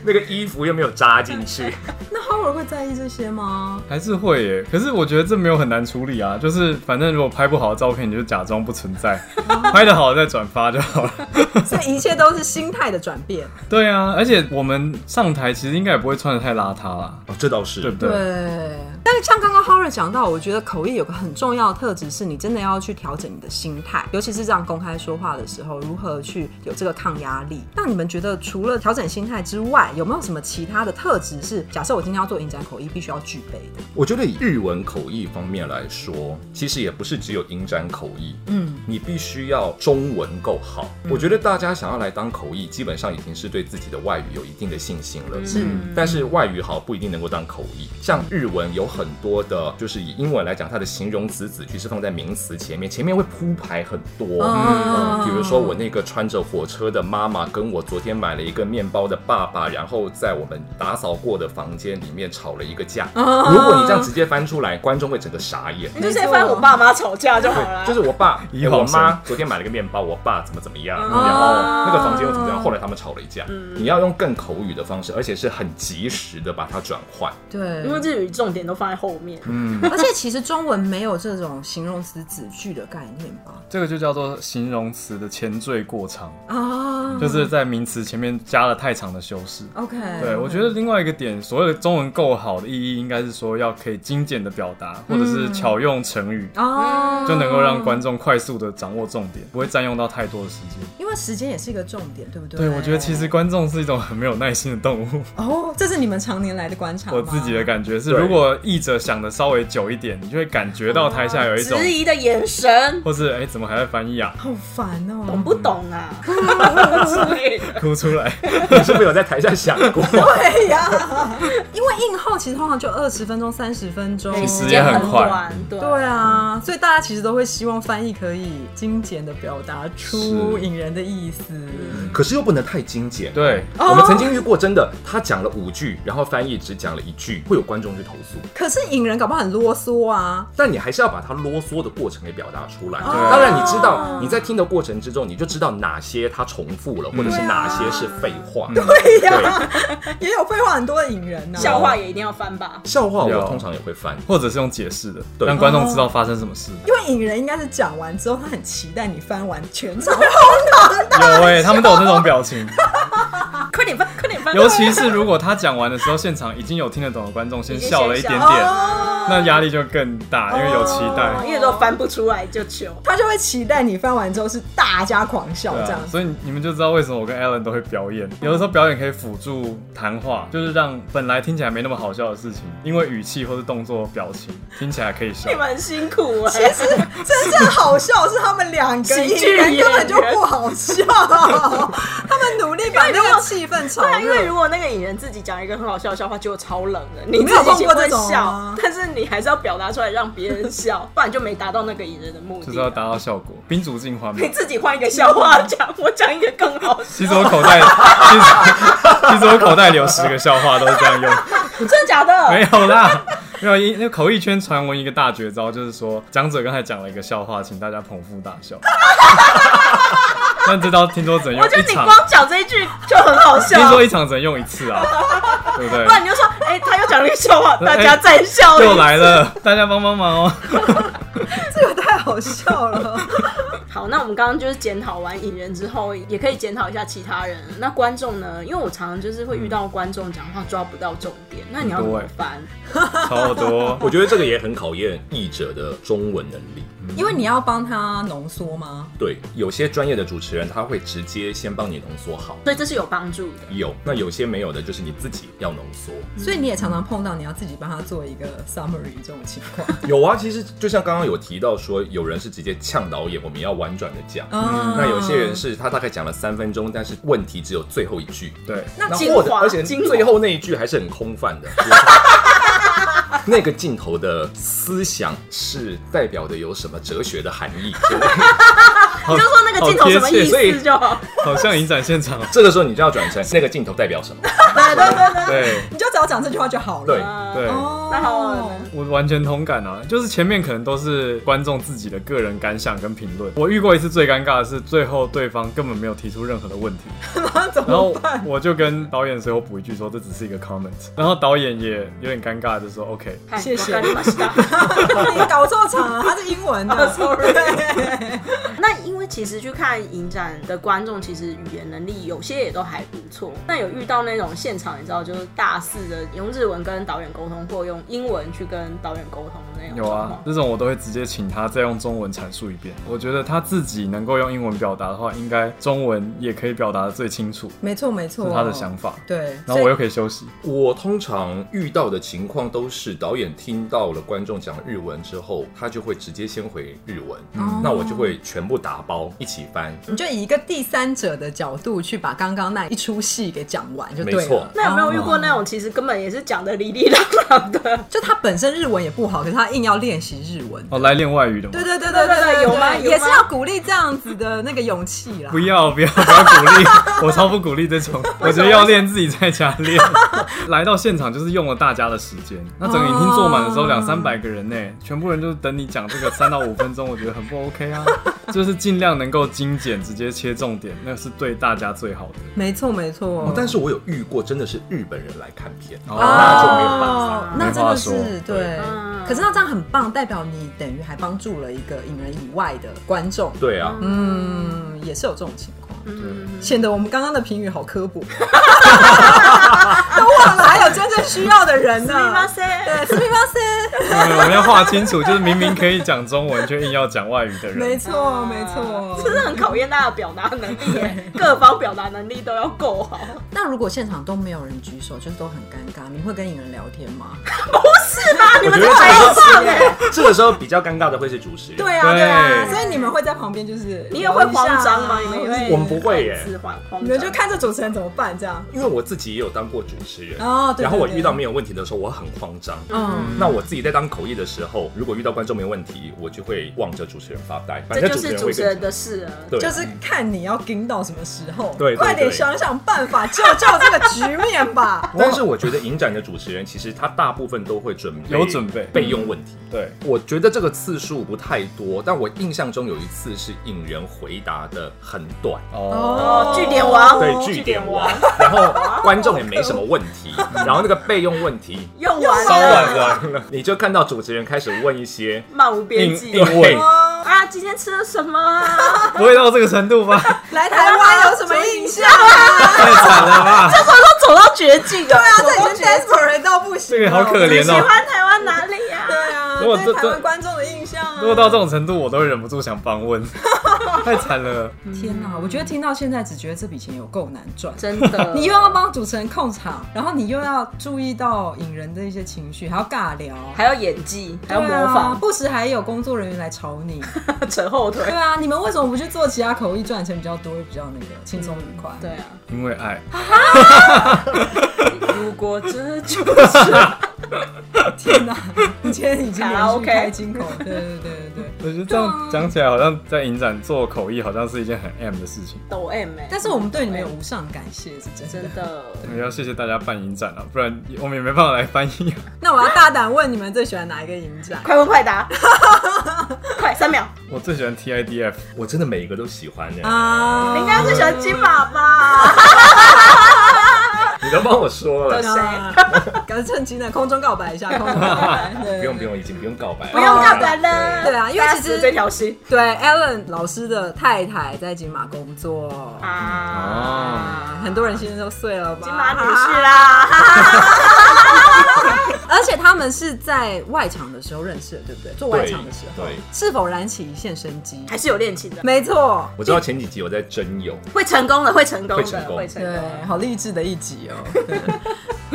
S2: 那个衣服又没有扎进去。
S3: 那 Howard 会在意这些吗？
S5: 还是会耶，可是我觉得这没有很难处理啊，就是反正如果拍不好的照片，你就假装不存在，
S4: 哦
S5: 拍的好再转发就好了。
S3: <laughs>
S5: <laughs>
S3: 所以一切都是心态的转变。
S5: 对啊，而且我们上台其实应该也不会穿的太邋遢啦，
S2: 哦，这倒是
S5: 对不对？
S3: 对，但是像刚刚 Howard 讲到，我觉得口译有个很重要的特质，是你真的要去调整你的心态，尤其是这样公开说话的时候，如何去有这个抗压力。那你们觉得除了调整心态之外，有没有什么其他的特质是，假设我今天要做影展口译，必须要具备的？
S2: 我觉得以日文口译方面来说，其实也不是只有影展口译，嗯，你必须要中文够好。我觉得大家想要来当口译，基本上已经是对自己的外语有一定的信心了，是。但是外语好不一定能够当口译，像日文有很多的，就是以英文来讲，它的形容词子句是放在名词前面，前面会铺排很多，
S3: 哦
S2: 嗯，比如说我那个穿着火车的妈妈，跟我昨天买了一个面包的爸爸，然后在我们打扫过的房间里面吵了一个架。如果你这样直接翻出来，观众会整个傻眼。
S4: 你就直接翻我爸妈吵架就好了。啊
S2: 就是我爸，哎
S5: 以
S2: 我
S5: 往生
S2: 妈昨天买了个面包，我爸怎么怎么样，然后那个房间又怎么样，后来他们吵了一架。你要用更口语的方式，而且是很及时的把它转换。 <laughs>
S3: 对
S4: 因为日语重点都放在后面，
S5: 嗯
S3: 而且其实中文没有这种形容词子句的概念吧？
S5: 这个就叫做形容词的前缀过长。
S3: 啊、
S5: 就是在名词前面加了太长的修饰。
S3: OK，
S5: 对，我觉得另外一个点，所谓的中文够好的意义，应该是说要可以精简的表达，或者是巧用成语，
S3: 哦，
S5: 就能够让观众快速的掌握重点，不会占用到太多的时间。
S3: 因为时间也是一个重点，对不对？
S5: 嗯对，我觉得其实观众是一种很没有耐心的动物。
S3: 哦，这是你们常年来的观察吗。
S5: 我自己的感觉是，
S2: 对
S5: 如果译者想的稍微久一点，你就会感觉到台下有一种，
S4: 质疑的眼神，
S5: 或是哎、怎么还在翻译啊， <laughs>
S3: 好烦哦、
S4: 懂不懂啊？之类的
S5: 哭出来。
S2: 你是不是有在台下想过？
S3: 对呀、因为映后其实通常就二十分钟、三十分钟。
S5: 其实也很快
S4: 短，对
S3: 对啊，所以大家其实都会希望翻译可以精简的表达出
S5: 是
S3: 引人的意思。
S2: <laughs> 可是又不能太精简。
S5: <laughs> 对，
S2: 我们曾经遇过，真的，他讲了五句，然后翻译只讲了一句，会有观众去投诉。
S3: 可是引人搞不好很啰嗦啊。
S2: 但你还是要把它啰嗦的过程给表达出来。
S5: 对
S2: 当然，你知
S3: 啊
S2: 道你在听的过程之中，你就知道哪些它重复了，或者是哪些是废话。
S3: 嗯对呀、也有废话很多的引人啊呢、
S4: 笑话也一定要翻吧。
S2: 笑话
S5: 有
S2: 我通常也会翻，
S5: 或者是用解释的，
S2: 对
S5: 让观众知道发生什么事。
S3: 因为引人应该是讲完之后，他很期待你翻完全场。
S5: 有哎、他们都有那种表情，
S4: 啊快点翻，快点 <laughs> 翻！
S5: 尤其是如果他讲完的时候，现场已经有听得懂的观众先笑了一点
S4: 已经先
S5: 点，那压力就更大，因为有期
S4: 哦
S5: 待。
S4: 因为都翻不出来就糗。
S3: 他就会期待你翻完之后是大家狂笑
S5: 对啊
S3: 这样，子。
S5: 所以你们就知道为什么我跟 Alan 都会表演。有的时候表演可以辅助谈话，就是让本来听起来没那么好笑的事情，因为语气或是动作、表情听起来可以笑
S4: <laughs> 你。们很辛苦哎、
S3: 其实真正好笑是他们两个
S4: 喜剧
S3: 引人
S4: 演员
S3: 根本就不好
S4: <laughs>
S3: 笑，他们努力把那个气氛炒
S4: 对啊，因为
S3: 热。
S4: 如果那个影人自己讲一个很好笑的笑话，结果超冷的，你
S3: 没有
S4: 自己心
S3: 碰过这
S4: 会
S3: 种
S4: 笑
S3: 啊，
S4: 但是你还是要表达出来让别人
S3: <laughs>
S4: 笑，不然就没达到那个影人的目
S5: 就是要
S4: 的。
S5: 达到效果，宾主尽欢嘛
S4: 你。自己换一个笑话讲，我讲一个更好笑，
S5: <laughs> 其实我口袋，其实 <laughs> 其实我口袋里有十个笑话都是这样用，
S4: 真的假的？
S5: <laughs> 没有啦，没有。因那口译圈传闻一个大绝招就是说，讲者刚才讲了一个笑话，请大家捧腹大
S4: <laughs>
S5: 笑。但这招听说只能
S4: 我
S5: 用
S4: 觉得
S5: 一
S4: 你
S5: 场
S4: 光，讲这一句就很好笑，
S5: 听说一场只能用一次啊，对不对
S4: 不？然你就说，哎、他又讲了一个笑
S5: <laughs>
S4: 话，大家再笑一次
S5: 哎又来了，大家帮帮忙哦。
S3: 这个太好笑了，
S4: 好，那我们刚刚就是检讨完影人之后，也可以检讨一下其他人。那观众呢？因为我常常就是会遇到观众讲话抓不到重点，那你要怎么
S5: 欸
S4: 办？
S5: 超多，
S2: 我觉得这个也很考验译者的中文能力。
S3: 因为你要帮他浓缩吗？
S2: 对，有些专业的主持人他会直接先帮你浓缩好，
S4: 所以这是有帮助的。
S2: 有那有些没有的，就是你自己要浓缩。
S3: 所以你也常常碰到你要自己帮他做一个 summary 这种情况。
S2: 有啊，其实就像刚刚有提到说，有人是直接呛导演，我们要婉转的讲。
S3: 嗯
S2: 那有些人是他大概讲了三分钟，但是问题只有最后一句，
S5: 对，
S4: 那
S2: 那
S4: 精
S2: 或者
S4: 华，
S2: 而且
S4: 精华
S2: 最后那一句还是很空泛的。 <laughs> 那个镜头的思想是代表的有什么哲学的含义？ <laughs> 对不对
S5: 好
S4: 你就说那个镜头什么意
S5: 好贴切
S4: 思就好。
S5: 好像影展现场，
S2: 这个时候你就要转成那个镜头代表
S4: <laughs>
S2: 什么？
S3: 对对对对，
S5: 对
S3: 你就只要讲这句话就好了。
S2: 对
S5: 对。
S3: 哦，
S4: 嗯那好啊嗯
S5: 我完全同感啊，就是前面可能都是观众自己的个人感想跟评论。我遇过一次最尴尬的是，最后对方根本没有提出任何的问题，
S4: 啊
S3: <laughs> 那怎
S5: 然
S3: 么
S5: 后
S3: 办？
S5: 我就跟导演随后补一句说这只是一个 comment，然后导演也有点尴尬，就说 OK。
S4: 嗨
S3: 谢谢
S4: わかりました
S3: <laughs> 你搞错场了，他是英
S4: <laughs>
S3: 文的
S4: Oh, Sorry
S3: 对
S4: 那因为其实去看影展的观众，其实语言能力有些也都还不错。那有遇到那种现场，你知道，就是大四的用日文跟导演沟通，或用英文去跟导演沟通的那种
S5: 有
S4: 状
S5: 啊
S4: 况，。
S5: 这种我都会直接请他再用中文阐述一遍。我觉得他自己能够用英文表达的话，应该中文也可以表达的最清楚，
S3: <laughs> 没错没错，
S5: 是他的想法。
S3: 对。啊
S5: 然后我又可以休息，
S2: 我通常遇到的情况都是导演听到了观众讲日文之后，他就会直接先回日文，
S4: 哦
S2: 那我就会全部打包一起翻。
S3: 你就以一个第三者的角度去把刚刚那一出戏给讲完就对了。
S2: 没错
S4: 那有没有遇过那种其实根本也是讲的哩哩啷啷 <laughs> 的？
S3: 就他本身日文也不好，可是他硬要练习日文。
S5: 哦，来练外语的吗
S3: 对？对对对
S4: 对对
S3: 对，
S4: 有吗有
S3: 也是
S4: 吗
S3: 要鼓励这样子的那个勇气
S5: <laughs>
S3: 啦
S5: 不。要不要不要鼓励，我超不鼓励这种。我觉得要练自己在家练， <laughs> 来到现场就是用了大家的时间。那整个影厅坐满的时候，两三百个人呢，全部人就是等你讲这个三到五分钟，我觉得很不 OK 啊。就是尽量能够精简，直接切重点，那是对大家最好的。
S3: 没错没错
S2: 哦，但是我有遇过真的是日本人来看片，
S5: 哦
S2: 那就没有办法。
S3: 哦
S5: 没
S3: 那真
S5: 话
S3: 的
S5: 说
S3: 是对
S4: 嗯。
S3: 可是那这样很棒，代表你等于还帮助了一个影人以外的观众。
S2: 对啊，
S3: 嗯，也是有这种情况。
S5: 对，
S3: 显得我们刚刚的评语好刻薄，都忘了还有真正需要的人呢。
S4: 密码塞，
S3: <laughs> 对，斯密马森，
S5: 对我们要划清楚，就是明明可以讲中文，却硬要讲外语的
S3: <laughs> 没
S5: 人。
S3: 错，没
S5: 啊
S3: 错。
S4: 这是很考验大家的表达能力
S3: <laughs>
S4: 耶，各方表达能力都要够好。
S3: 那如果现场都没有人举手，就是都很尴尬，你会跟影人聊天 <laughs> 吗？
S2: 我觉得这个时候，这个时候比较尴尬的会是主持人。
S4: 对啊，对啊，
S5: 对
S3: 所以你们会在旁边，就是
S4: 你也会慌张吗？你们也会？
S2: 我们不会耶
S4: 自慌慌张
S3: 啊你们就看这主持人怎么办这样。
S2: 因为我自己也有当过主持人，
S3: 哦对对
S2: 然后我
S3: 对
S2: 遇到没有问题的时候，我很慌张。
S3: 嗯，
S2: 那我自己在当口译的时候，如果遇到观众没有问题，我就会望着主持人发呆，反
S4: 这就
S2: 正主持
S4: 是
S2: 人
S4: 主
S2: 会
S4: 持人
S2: 跟。
S4: 的事了。
S2: 对，
S3: 就是看你要盯到什么时候，
S2: 对对
S3: 快点
S2: 对。
S3: 想想办法救救这个局面 <laughs> 吧
S2: 但是我觉得影展的主持人其实他大部分都会准备
S5: 有准备嗯
S2: 备用问题。
S5: 对，
S2: 我觉得这个次数不太多，但我印象中有一次是引人回答的很短，
S4: 哦
S5: 哦，
S4: 据点王
S2: 对
S4: 哦
S2: 据
S4: 据
S2: 点
S4: 点
S2: 王， <laughs> 然后观众也没什么问题，然后那个备用问题
S4: 用完
S5: 烧完
S4: 了，
S5: 了，
S2: 你就看到主持人开始问一些
S4: 漫无边际。
S5: 硬硬问，
S4: 啊，今天吃了什么啊？
S5: 不会到这个程度吧？
S3: <laughs> 来台湾有什么印 <laughs> 象？
S5: 太惨了吧！
S4: 我都 <laughs> 走到绝境了。
S2: <laughs>
S4: 对啊
S3: 他这已经 desperate 到不行
S5: 这
S3: 了，
S5: 个好可怜
S4: 喜
S5: 哦。
S4: 欢台湾哪里呀、
S3: 对啊，
S5: 如果
S3: 对
S5: 这
S3: 台
S5: 这
S3: 湾观众的印象啊。
S5: 如果到这种程度，我都忍不住想帮问，太惨了。
S3: 天哪，我觉得听到现在只觉得这笔钱有够难赚。
S4: <laughs> 真 <laughs> 的，
S3: 你又要帮主持人控场，然后你又要注意到引人的一些情绪，还要尬聊，
S4: 还要演技，还要模
S3: 对啊
S4: 仿，
S3: 不时还有工作人员来吵
S4: <laughs>
S3: 你。
S4: 扯后 <laughs>
S3: 对
S4: 腿。
S3: 啊，你们为什么不去做其他口译赚钱比较多，比较那个轻松愉快？
S4: 对啊，
S5: 因为爱，
S4: 如果这就是
S3: 天哪，你今天已经
S4: 卡拉
S3: 连
S4: OK
S3: 续开金口，对对对对对。
S5: 我觉得这样讲起来，好像在影展做口译，好像是一件很 M 的事情。
S4: 抖 M 哎、
S3: 但是我们对你们有无上感谢，是真的。
S4: 真的
S5: 我们要谢谢大家办影展啊，不然我们也没办法来翻译、啊。
S3: 那我要大胆问你们最喜欢哪一个影展？
S4: 快问快 <laughs> 答，快三秒。
S5: 我最喜欢 TIDF，
S2: 我真的每一个都喜欢欸的、
S3: 啊，
S4: 你应该最喜欢金马 <laughs> 吧？
S2: 你都帮我说了
S4: 对，
S3: 啊？搞趁机呢，空中告白一下，空中
S4: <laughs>
S3: 告白。对
S2: 不用不。用，已经不用告白了，
S4: 不用告白了。
S3: 对啊因为
S4: 大家
S3: 其实
S4: 死这条心
S3: 对 a l l e n 老师的太太在金马工作，
S4: 啊，
S5: 哦
S3: 很多人心都碎了吧？
S4: 金马女啊婿啦，
S3: 而且他们是在外场的时候认识的，对不对？做外场的时候，
S2: 对对
S3: 是否燃起一线生机？
S4: 还是有恋情的，
S3: 没错，
S2: 我知道前几集我在真友，
S4: 会成功的，会成功
S2: 会成
S4: 的，
S2: 功
S4: 会成功
S3: 对，
S4: 的。
S3: 好励志的一集哦。对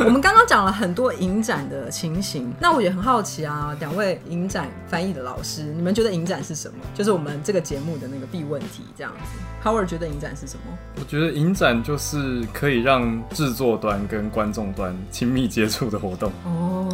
S3: 我们刚刚讲了很多影展的情形，那我也很好奇啊，两位影展翻译的老师，你们觉得影展是什么？就是我们这个节目的那个必问题，这样子。Howard 觉得影展是什么？
S5: 我觉得影展就是可以让制作端跟观众端亲密接触的活动，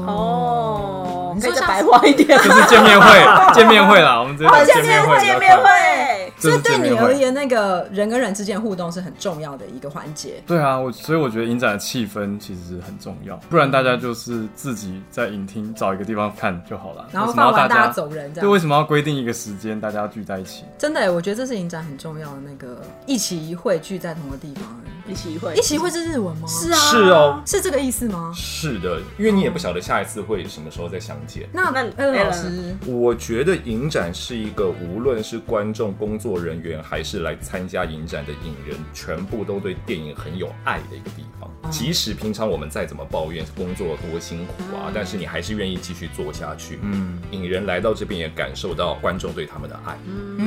S4: 哦，
S3: 你
S4: 可
S3: 说
S4: 以再
S3: 像
S4: 白话一点， <laughs>
S5: 就是见面会，见面会啦，我们直接讲见面会比较
S4: 哦见
S5: 快，
S4: 面会。
S5: 就
S3: 所
S5: 是
S3: 以对
S5: 见
S3: 你
S5: 面
S3: 而
S5: 会。
S3: 言，那个人跟人之间互动是很重要的一个环节。
S5: 对啊，我所以我觉得影展的气氛其实很重要，不然大家就是自己在影厅找一个地方看就好了。
S3: 然后
S5: 为什么要
S3: 放完
S5: 大
S3: 大
S5: 家
S3: 家走人这
S5: 对，
S3: 样。
S5: 为什么要规定一个时间大家要聚在一起？
S3: 真的耶，我觉得这是影展很重要的那个一起一会聚在同一个地方。
S4: 一起会
S3: 一起一会是日文吗？是
S4: 是啊，
S2: 是哦，
S3: 是这个意思吗？
S2: 是的，因为你也不晓得下一次会什么时候再相见。
S3: 那
S4: 那
S3: Alan 老
S4: Alan
S3: 师，
S2: 我觉得影展是一个无论是观众、工作人员，还是来参加影展的影人，全部都对电影很有爱的一个地方。即使平常我们再怎么抱怨工作多辛苦啊，但是你还是愿意继续做下去。
S5: 嗯，
S2: 影人来到这边也感受到观众对他们的爱，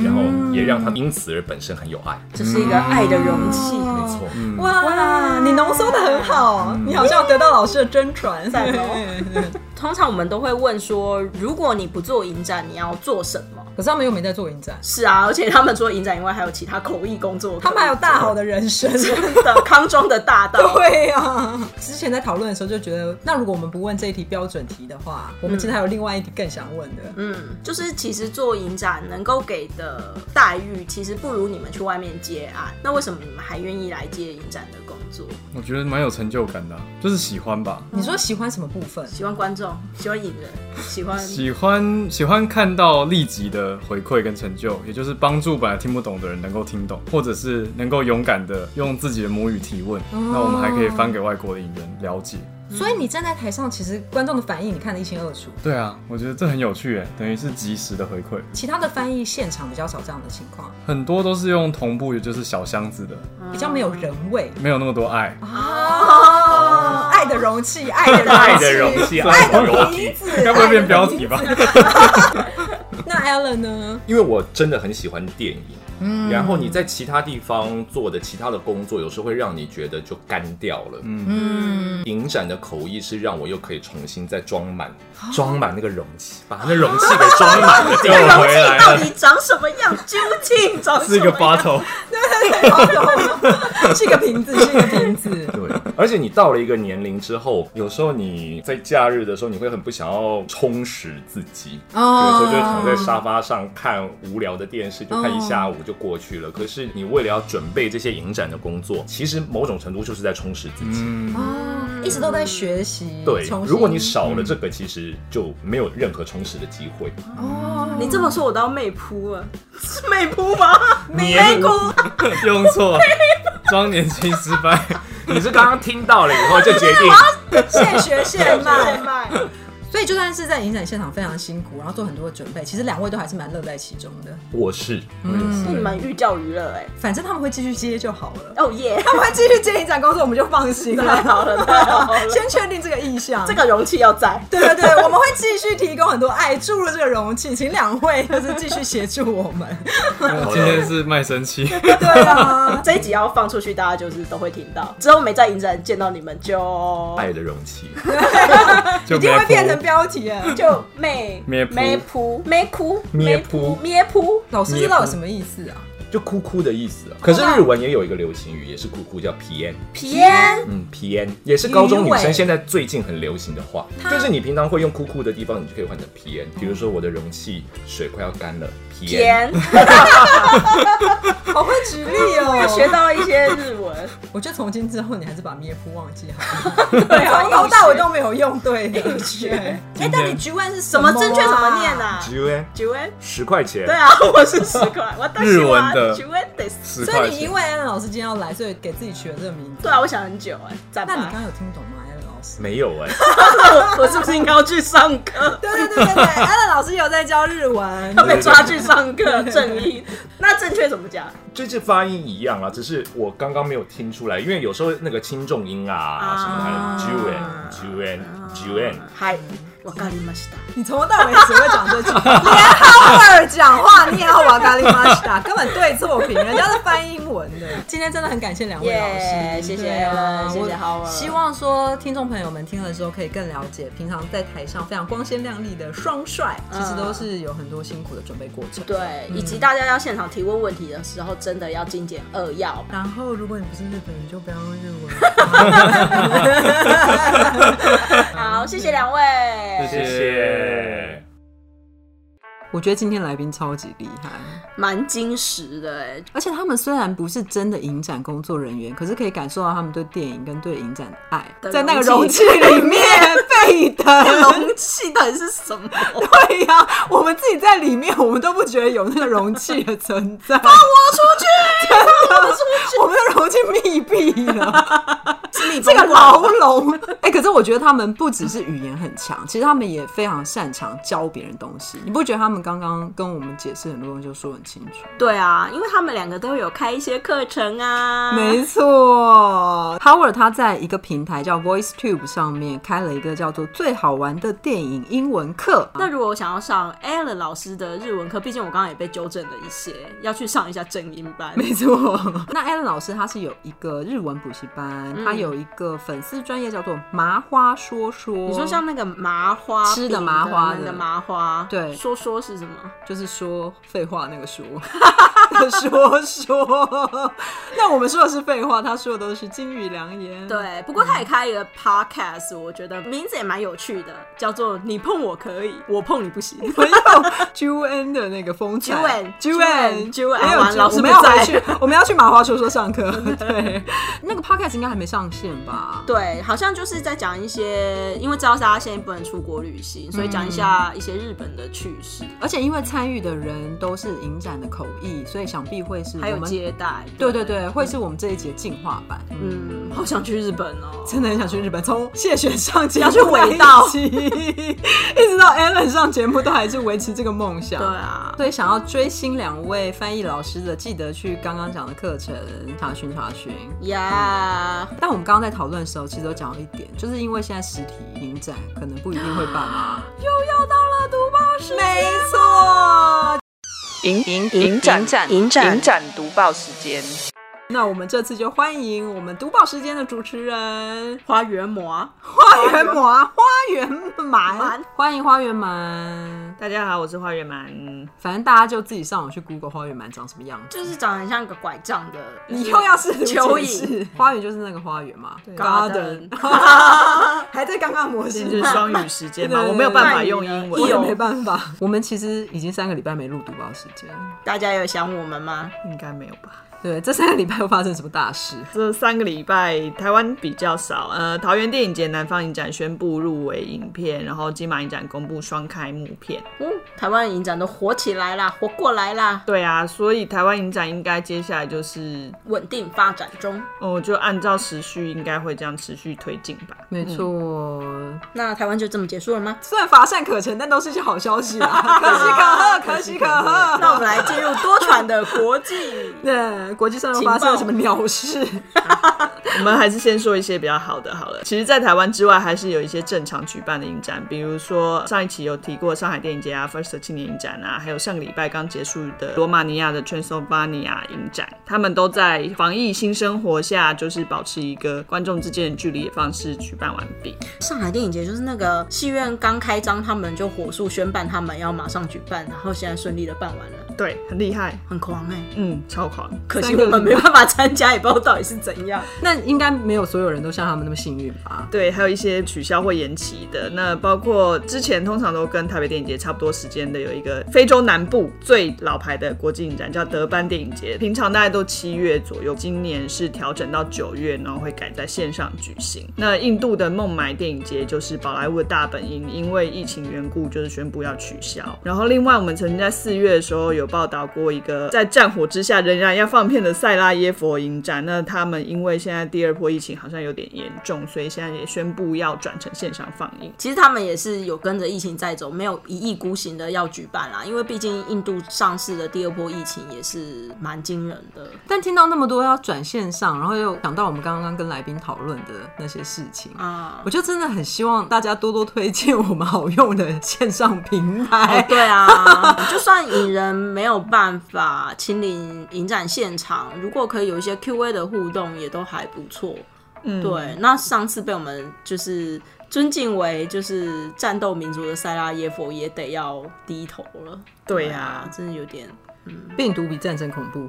S2: 然后也让他们因此而本身很有爱。
S4: 这是一个爱的容器。
S3: 嗯
S2: 没错，
S3: 哇，你浓缩的很好，你好像得到老师的真传。
S4: 赞哦
S3: 对对对
S4: 通常我们都会问说，如果你不做影展，你要做什么？
S3: <laughs> 可是他们又没在做影展，
S4: 是啊，而且他们除了影展以外，还有其他口译工作可以做。
S3: 他们还有大好的人生。
S4: 真的 <laughs> 康庄的大道。
S3: <laughs> 对呀、之前在讨论的时候就觉得，那如果我们不问这一题标准题的话，我们其实还有另外一题更想问的。
S4: 嗯，就是其实做影展能够给的待遇，其实不如你们去外面接案。那为什么你们还愿意来接影展的工作？
S5: 我觉得蛮有成就感的啊、就是喜欢吧，
S3: 你说喜欢什么部分？
S4: 喜欢观众，喜欢影人，喜欢
S5: 喜欢喜欢看到立即的回馈跟成就，也就是帮助本来听不懂的人能够听懂，或者
S3: 哦
S5: 是能够勇敢的用自己的母语提问，那我们还可以翻给外国的影人了解，
S3: 所以你站在台上，其实观众的反应你看得一清二楚。
S5: 对啊，我觉得这很有趣哎，等于是及时的回馈，
S3: 其他的翻译现场比较少这样的情况，
S5: 很多都是用同步，也就是小箱子的，
S3: 比较没有人味
S5: 没有那么多爱。
S3: 哦，爱的容器，爱的容器，
S2: 爱的容器，爱的容器。
S5: 该不会变标题
S3: <laughs>
S5: 吧？
S3: 啊那 Ellen 呢？ <laughs>
S2: 因为我真的很喜欢电影，然后你在其他地方做的其他的工作，有时候会让你觉得就干掉了。
S3: 嗯，
S2: 影展的口译是让我又可以重新再装满，装满那个容器，把那容器给装满了，
S5: 又
S4: 容
S5: 回
S4: <laughs>
S5: 来
S4: 器到
S5: 了，
S4: 底长什么样？究竟长什么
S5: 是一
S4: 样？
S5: 个
S3: <laughs>
S5: bottle。
S3: 是一个瓶子，是一个瓶子。
S2: 对，而且你到了一个年龄之后，有时候你在假日的时候，你会很不想要充实自己，
S3: 哦
S2: <laughs> 有时候就躺在沙发上看无聊的电视，就看一下午就过去了。可是你为了要准备这些影展的工作，其实某种程度就是在充实自己。
S5: 嗯，
S3: 哦，一直都在学习。
S2: 嗯对
S3: 重，新
S2: 如果你少了这个，其实就没有任何充实的机会。
S3: 哦，
S4: 你这么说，我都要妹扑了，是妹扑吗？
S5: 黏糊， <laughs> 用错，装年轻失败。
S3: <laughs>
S2: 你是刚刚听到了以后就决 <laughs> 定，
S3: 现学现卖。
S2: <laughs>
S4: 卖，
S3: 所以就算是在影展现场非常辛苦，然后做很多的准备，其实两位都还是蛮乐在其中的。
S2: 我是嗯
S4: 是你们寓教于乐哎。
S3: 反正他们会继续接就好了，
S4: 哦耶，
S3: 他们会继续接影展工作，我们就放心
S4: 太
S3: 了。
S4: 好了，太好了，
S3: 先确定这个意向，
S4: 这个容器要在。
S3: 对对对，我们会继续提供很多爱注入这个容器，请两位就是继续协助我
S4: <laughs>
S3: 们。
S5: 今天是卖身
S3: <laughs>
S5: 契，
S3: 对啊，
S4: 这一集要放出去，大家就是都会听到。之后没在影展见到你们就
S2: 爱的容器。
S5: 就
S3: 一定会
S5: 没
S3: 变成
S5: 谱
S3: 标题耶。
S4: 就妹
S5: 咩扑
S4: 咩扑咩哭
S2: 咩
S4: 扑
S2: 扑
S4: 咩扑，
S3: 老师知道有什么意思啊？
S2: 就哭哭的意思啊。可是日文也有一个流行语，也是哭哭，叫 PN。
S4: 偏
S2: 嗯，PN 也是高中女
S3: 鱼尾
S2: 生现在最近很流行的话，就是你平常会用哭哭的地方，你就可以换成 PN。比如说我的容器水快要干了，PN。
S4: 偏，
S3: 好会举例
S4: 又学
S3: 哦。
S4: 到一些日文。
S3: 我觉得从今之后你还是把咩夫忘记好了，
S4: <laughs> 对啊
S3: 从头到尾都没有用
S4: <laughs>
S3: 对的。对哎，到底
S5: 今天
S3: 局外是什
S4: 怎
S3: 么
S4: 么
S3: 啊
S4: 正确怎么念？啊？
S2: 十元
S4: 九文
S2: 十块钱，
S4: 对啊，我是十块，我
S5: 日文的
S4: 九文得死。
S5: 十
S3: 所
S5: 块
S3: 以你因
S5: 钱。
S3: 为 a l n 老师今天要来，所以给自己取了这个名字。
S4: 对啊，我想很久哎，赞
S3: 那你刚
S4: 吧。
S3: 刚有听懂吗 a l n 老师？
S4: <laughs>
S2: 没有哎、
S4: 我是不是应该要去上课？
S3: 对对对对 <laughs> 对 a l n 老师有在教日文
S4: 要。被抓去上课，正义。那正确怎么讲？
S2: 就是发音一样啊，只是我刚刚没有听出来，因为有时候那个轻重音啊，什
S4: 啊
S2: 么还有 Juan Juan Juan，
S4: 嗨，我告诉你们是的。
S3: 你从头到尾只会讲这句， <laughs> 连哈尔讲话，你也要瓦咖喱玛 <laughs> 西达，根本对错评，人家是翻英文的。今天真的很感谢两位老师
S4: Yeah，谢谢
S3: 对啊
S4: Alan，谢谢
S3: 我
S4: Howard
S3: 希望说听众朋友们听了之后可以更了解，平常在台上非常光鲜亮丽的双帅，其实都是有很多辛苦的准备过程。
S4: 对，以及大家要现场提问问题的时候，真的要精简扼要。
S3: 然后，如果你不是日本人，就不要用日 <laughs> 文。
S4: 好，谢谢两位，
S2: 谢谢。
S3: 我觉得今天来宾超级厉害。
S4: 蛮矜持的哎、
S3: 而且他们虽然不是真的影展工作人员，可是可以感受到他们对电影跟对影展的爱，
S4: 的
S3: 在那个容
S4: 容
S3: 器
S4: 器
S3: 里 <laughs> 面沸 <laughs> 腾。
S4: 容器到底是什么？
S3: 对呀、我们自己在里面，我们都不觉得有那个容器的存在。放我出去！真的，我们的容器密闭了，这个牢笼。哎、可是我觉得他们不只是语言很强，其实他们也非常擅长教别人东西。你不觉得他们刚刚跟我们解释很多东西就说很清楚？
S4: 对啊，因为他们两个都有开一些课程啊。
S3: 没错，Howard 他在一个平台叫 VoiceTube 上面开了一个叫做“最好玩的电影英文课”。
S4: 那如果我想要上 Alan 老师的日文课，毕竟我刚刚也被纠正了一些，要去上一下正音班。
S3: 没错，那 Alan 老师他是有一个日文补习班，
S4: 嗯
S3: 他有一个粉丝专业叫做“麻花说说”。
S4: 你说像那个麻花
S3: 吃的麻花的
S4: 饼的那个麻花，
S3: 对嗯
S4: 说说是什么？
S3: 就是说废话那个说 <laughs> 说说， <laughs> 那我们说的是废话，他说的都是金玉良言。
S4: 对，不过他也开一个 podcast，我觉得名字也蛮有趣的，叫做“你碰我可以，我碰你不行”。
S3: 没有 Juan 的那个风采
S4: Juan，
S3: Juan
S4: Juan，
S3: 没有
S4: 完
S3: Ju-
S4: 老师
S3: 我们
S4: 不
S3: 要回
S4: 在 <laughs>
S3: 去，我们要去麻花说说上课。 <laughs> 对，那个 podcast 应该还没上线吧？
S4: 对，好像就是在讲一些，因为知道大家现在不能出国旅行，所以讲一
S3: 嗯
S4: 下一些日本的趣事，
S3: 而且因为参与的人都是影展的口译，所以想必会是
S4: 还
S3: 嗯我
S4: 有
S3: 们
S4: 接待。
S3: 对对对，会是我们这一节进化版。
S4: 嗯，好想去日本哦！
S3: 真的很想去日本，从谢雪上节目
S4: 要去
S3: 维
S4: 尾道
S3: <laughs> 一直到 Alan 上节目，都还是维持这个梦想。
S4: 对啊，
S3: 所以想要追星两位翻译老师的，记得去刚刚讲的课程查询查询。
S4: 呀、
S3: 但我们刚刚在讨论的时候，其实有讲到一点，就是因为现在实体影展可能不一定会办啊。又要到了读报时，没错。
S1: 影影影展展
S4: 影展
S1: 影展读报时间，
S3: 那我们这次就欢迎我们读报时间的主持人
S4: 花园魔。
S3: 花园麻花园蛮
S4: 蛮，
S3: 欢迎花园蛮。
S6: 大家好，我是花园
S1: <laughs>
S6: 蛮。
S3: 反正大家就自己上网去 Google 花园蛮长什么样子。
S4: 就是长得很像个拐杖的，
S3: 你又要试图
S4: 蚯
S3: 解释
S4: 蚓，
S3: 花园就是那个花园嘛，garden，
S4: Garden
S3: <laughs> 还在刚刚模式
S6: 今天是双语时间嘛，
S3: 对哎
S6: 我没有办法用
S4: 慢语
S6: 英
S4: 了
S3: 我也
S4: 有
S6: 文，
S3: 没办法，我们其实已经三个礼拜没录读报时间，
S4: 大家有想我们吗？
S6: <laughs> 应该没有吧？
S3: 对，这三个礼拜又发生什么大事？
S6: 这三个礼拜台湾比较少，呃，桃园电影节、南方影展宣布入围影片，然后金马影展公布双开幕片。
S4: 嗯，台湾影展都火起来啦，活过来啦，
S6: 对啊，所以台湾影展应该接下来就是，
S4: 稳定发展中。
S6: 哦，就按照时序应该会这样持续推进吧。
S3: 没错，
S4: 那台湾就这么结束了
S3: <laughs>
S4: 吗？
S3: 虽然乏善可陈，但都是一些好消息 <laughs> 啊，可喜可贺，可喜可贺。
S4: 那我们来进入多舛的国际
S3: 对，国际上又发生了什么鸟事？
S6: 我们还是先说一些比较好的好了。其实，在台湾之外，还是有一些正常举办的影展，比如说上一期有提过上海电影节啊、First 青年影展啊，还有上个礼拜刚结束的罗马尼亚的 Transylvania 影展，他们都在防疫新生活下，就是保持一个观众之间的距离的方式举办完毕。
S4: 上海电影节，就是那个戏院刚开张，他们就火速宣办，他们要马上举办，然后现在顺利的办完了，
S6: 对，很厉害，
S4: 很狂哎、
S6: 嗯，超狂。
S4: 可惜我们没办法参加，也不知道到底是怎样。
S3: 那应该没有所有人都像他们那么幸运吧？
S6: 对，还有一些取消或延期的。那包括之前通常都跟台北电影节差不多时间的，有一个非洲南部最老牌的国际影展叫德班电影节，平常大概都七月左右，今年是调整到九月，然后会改在线上举行。那印度的孟买电影节就是宝莱坞的大本营，因为疫情缘故就是宣布要取消。然后另外我们曾经在四月的时候有报道过一个在战火之下仍然要放片的塞拉耶佛影展，那他们因为现在第二波疫情好像有点严重，所以现在也宣布要转成线上放映。
S4: 其实他们也是有跟着疫情在走，没有一意孤行的要举办啦，因为毕竟印度上市的第二波疫情也是蛮惊人的。
S3: 但听到那么多要转线上，然后又想到我们刚刚跟来宾讨论的那些事情。
S4: 啊、
S3: 我就真的很希望大家多多推荐我们好用的线上平台。
S6: 哎
S3: <laughs>
S4: 哦，对啊，就算影人没有办法亲临影展现场，如果可以有一些 Q&A 的互动，也都还不错。
S6: 嗯，
S4: 对，那上次被我们就是尊敬为就是战斗民族的塞拉耶夫也得要低头了。
S6: 对
S4: 啊
S6: 呀、，
S4: 真的有点
S3: 病毒比战争恐怖，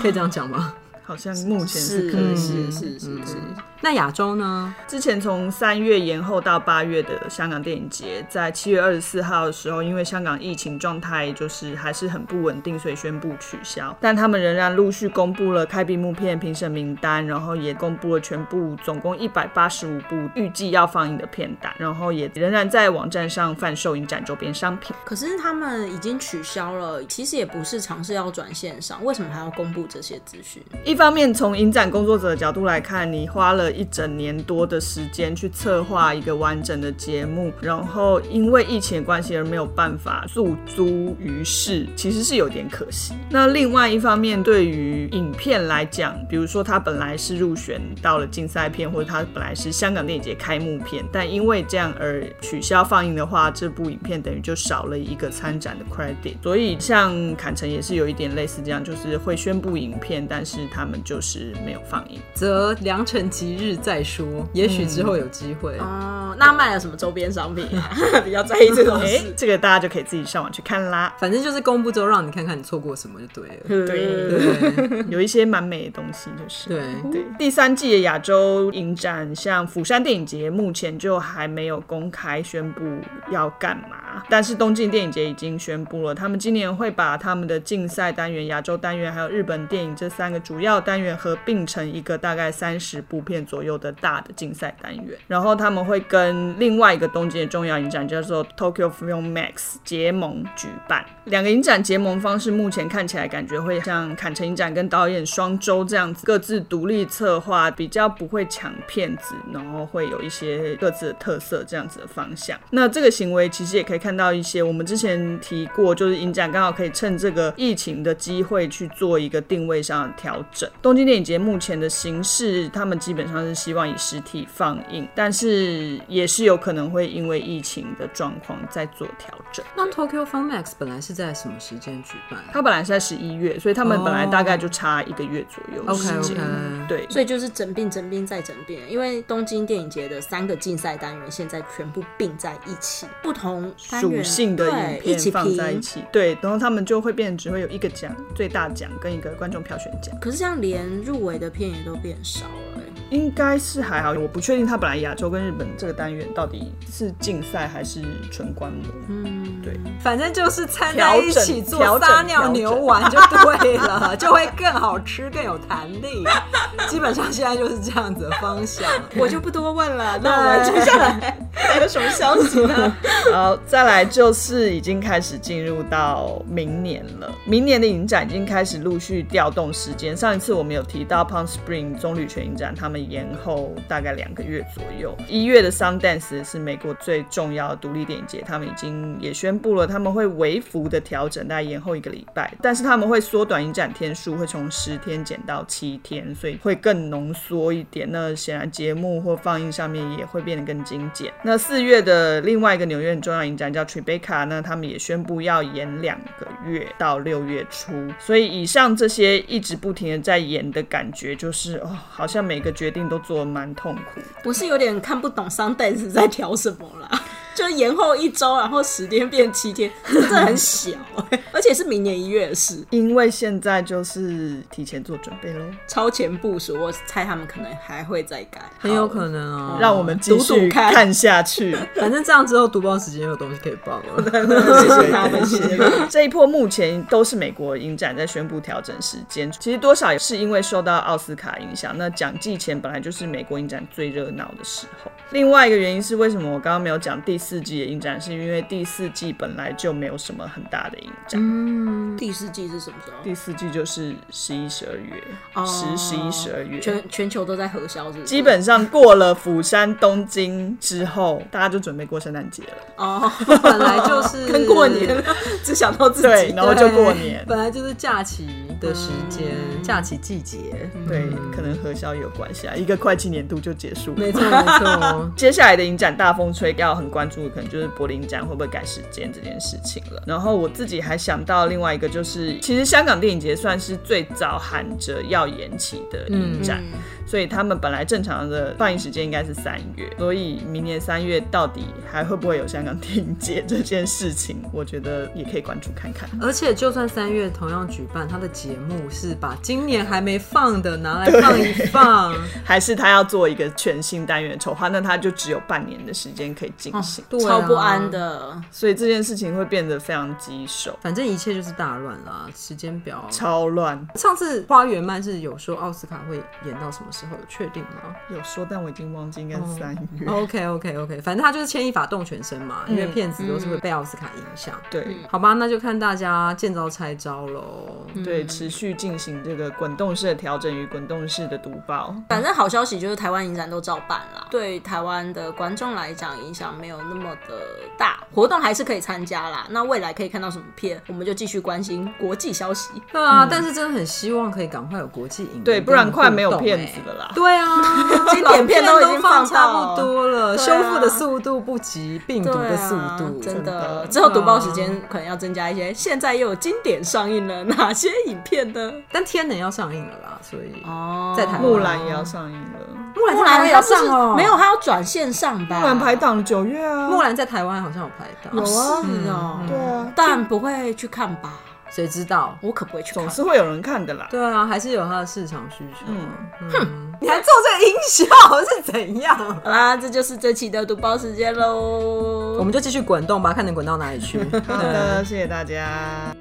S3: 可以这样讲吗？
S6: 好像目前是
S4: 是
S6: 可嗯以。
S4: 是是是是，
S3: <laughs> 那亚洲呢？
S6: 之前从三月延后到八月的香港电影节，在七月二十四号的时候，因为香港疫情状态就是还是很不稳定，所以宣布取消。但他们仍然陆续公布了开闭幕片评审名单，然后也公布了全部总共一百八十五部预计要放映的片单，然后也仍然在网站上贩售影展周边商品。
S4: 可是他们已经取消了，其实也不是尝试要转线上，为什么还要公布这些资讯？
S6: 一方面，从影展工作者的角度来看，你花了一整年多的时间去策划一个完整的节目，然后因为疫情的关系而没有办法诉诸于世，其实是有点可惜。那另外一方面，对于影片来讲，比如说它本来是入选到了竞赛片，或者它本来是香港电影节开幕片，但因为这样而取消放映的话，这部影片等于就少了一个参展的 credit。所以像坎城也是有一点类似这样，就是会宣布影片，但是他们就是没有放映。
S3: 则良辰吉日再说，也许之后有机会。
S4: 哦，那卖了什么周边商品啊？ <laughs> 比较在意这种
S6: 哎、
S4: 事。
S6: 这个大家就可以自己上网去看
S3: <laughs>
S6: 啦。
S3: 反正就是公布之后，让你看看你错过什么就对 <laughs> 了。
S6: 对，
S3: 对
S6: 有一些蛮美的东西，就是。
S3: 对，
S6: 对，第三季的亚洲影展，像釜山电影节，目前就还没有公开宣布要干嘛。拿。但是东京电影节已经宣布了，他们今年会把他们的竞赛单元、亚洲单元还有日本电影这三个主要单元合并成一个大概三十部片左右的大的竞赛单元。然后他们会跟另外一个东京的重要影展叫做 Tokyo Film Max 结盟举办。两个影展结盟方式目前看起来感觉会像坎城影展跟导演双周这样子，各自独立策划，比较不会抢片子，然后会有一些各自的特色这样子的方向。那这个行为其实也可以看到一些我们之前提过，就是影展刚好可以趁这个疫情的机会去做一个定位上的调整。东京电影节目前的形式，他们基本上是希望以实体放映，但是也是有可能会因为疫情的状况再做调整。
S3: 那 Tokyo Film Max 本来是在什么时间举办？
S6: 它本来是在十一月，所以他们本来大概就差一个月左右的
S3: OK
S6: 时间。
S3: OK，
S6: 对，
S4: 所以就是整并、整并再整并，因为东京电影节的三个竞赛单元现在全部并在一起，不同单
S6: 属
S4: 元
S6: 性的
S4: 对
S6: 影
S4: 一
S6: 片
S4: 起
S6: 放在一
S4: 评
S6: 起，对，然后他们就会变成只会有一个奖，最大奖跟一个观众票选奖，
S4: 可是这样连入围的片也都变少
S6: <laughs>
S4: 了、欸，
S6: 应该是还好，我不确定他本来亚洲跟日本这个单元到底是竞赛还是纯观摩，
S4: 嗯，
S6: 对，
S3: 反正就是掺在一起做
S6: 调整
S3: 撒尿牛丸就对了， <laughs> 就会更好吃，更有弹力。基本上现在就是这样子的方向。
S4: 我就不多问 <laughs> 了。那我们接下来还有什么消息呢？
S6: <laughs> 好，再来就是已经开始进入到明年了。明年的影展已经开始陆续调动时间。上一次我们有提到 Palm Spring 棕榈泉影展，他们延后大概两个月左右。一月的 Sundance 是美国最重要的独立电影节，他们已经也宣布了他们会微幅的调整，大概延后一个礼拜，但是他们会缩短影展天数，会从十天减到七天，所以会更浓缩一点。那显然节目或放映上面也会变得更精简。那四月的另外一个纽约很重要影展叫 Tribeca，那他们也宣布要延两个月到六月初。所以以上这些一直不停的在延的感觉，就是哦，好像每个决定都做得蛮痛苦的。
S4: 我是有点看不懂 Sundance 在调什么啦。就延后一周，然后十天变
S6: <laughs>
S4: 七天，这真的很小、欸，而且是明年一月的事，
S6: 因为现在就是提前做准备喽。
S4: 超前部署。我猜他们可能还会再改，
S3: 很有可能哦，
S6: 让我们继
S4: 赌赌
S6: 续
S4: 看
S6: 看下去。
S3: 反正这样之后读报时间有东西可以报 <laughs> 了。
S4: 谢谢他们，谢谢他们。
S6: 这一波目前都是美国影展在宣布调整时间，其实多少也是因为受到奥斯卡影响。那奖季前本来就是美国影展最热闹的时候。另外一个原因是为什么我刚刚没有讲第四季的影展，是因为第四季本来就没有什么很大的影展。
S4: 嗯第四季是什么时候？
S6: 第四季就是十一、十二月，
S4: 哦
S6: 十、十一、十二月，
S4: 全全球都在核销，是不是
S6: 基本上过了釜山、东京之后，大家就准备过圣诞节了。
S4: 哦，
S3: 本来就是
S4: <laughs> 跟过年了，只想到自己。
S6: 对，
S3: 哦
S6: 然后就过年
S3: <laughs> 对。本来就是假期的时间，假期季节。 <laughs>
S6: 对，可能和销也有关系啊。一个会计年度就结束了。，
S3: 没错没错
S6: 接下来的影展大风吹，要很关注的可能就是柏林影展会不会改时间这件事情了。然后我自己还想到另外一个，就是其实香港电影节算是最早喊着要延期的影展，
S4: 嗯
S6: 所以他们本来正常的放映时间应该是三月，所以明年三月到底还会不会有香港电影节这件事情，我觉得也可以关注看看。
S3: 而且就算三月同样举办，它的节目是把今年还没放的拿来放一放。
S6: 还是他要做一个全新单元的筹划，那他就只有半年的时间可以进行。
S3: 对啊
S4: 超不安的，
S6: 所以这件事情会变得非常棘手，
S3: 反正一切就是大乱啦，时间表。
S6: 超乱。
S3: 上次花园漫是有说奥斯卡会演到什么时候，有确定吗
S6: <laughs> 有说，但我已经忘记，应该是
S3: 嗯
S6: 三月。
S3: ？OK OK OK，反正他就是牵一发动全身嘛，因为骗子都是会被奥斯卡影响。
S6: 对
S3: 好吧，那就看大家见招拆招喽。
S6: 对，持续进行这个滚动式的调整与滚动式的读报。
S3: 哦
S4: 反正好消息就是台湾影展都照办啦。对台湾的观众来讲，影响没有那么的大，活动还是可以参加啦。那未来可以看到什么片，我们就继续关心国际消息。
S3: 对啊，但是真的很希望可以赶快有国际影，
S6: 对，不然快没有骗子了啦。
S3: 欸对啊，
S4: 经典片
S3: 老
S4: 都已
S3: 片
S4: 经放
S3: 放差
S4: 到
S3: 不多了，
S4: 对
S3: 修
S4: 啊
S3: 复的速度不及病毒
S4: 对
S3: 嗯的速
S4: 啊
S3: 度，
S4: 真的
S6: 的。
S4: 之后读报时间可能要增加一些。现在又有经典上映了，哪些影片呢？
S3: 但天能要上映了啦，所以
S4: 哦
S3: 在台湾
S6: 木兰也要上映了，
S3: 木兰
S4: 木
S3: 在台
S4: 兰
S3: 湾
S4: 它
S3: 要
S4: 不
S3: 上
S4: 是
S3: 哦，
S4: 没有，它要转线上吧？
S6: 木兰排档九月啊。
S3: 木兰在台湾好像有拍
S6: 有
S3: 到，
S6: 啊，
S4: 是哦，
S6: 对啊，
S4: 但不会去看吧？
S3: 谁知道？
S4: 我可不会去看
S6: 总？是会有人看的啦。
S3: 对啊，还是有它的市场需求。
S6: 嗯
S3: 嗯，你还做这个音效 <laughs> 是怎样？
S4: 好啦，这就是这期的读报时间喽。
S3: 我们就继续滚动吧，看能滚到哪里去。
S6: 好的，谢谢大
S3: <laughs>
S6: 家。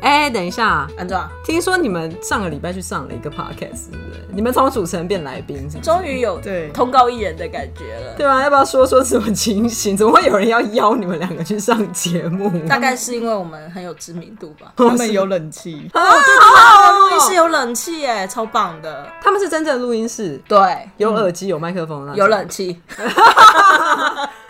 S3: 哎、等一下，
S4: 安啊装
S3: 听说你们上个礼拜去上了一个 podcast，是不是？你们从主持人变来宾，是不是？
S4: 终于有
S6: 对
S4: 通告艺人的感觉了。
S3: 对啊，要不要说说什么情形？怎么会有人要邀你们两个去上节目？
S4: 大概是因为我们很有知名度吧。
S6: 他们有冷
S3: <laughs>
S6: 气，
S4: 哦，录音室有冷气耶，超棒的。
S3: 他们是真正的录音室，
S4: 对，
S3: 有耳机、有麦克风那
S4: 嗯有。冷气。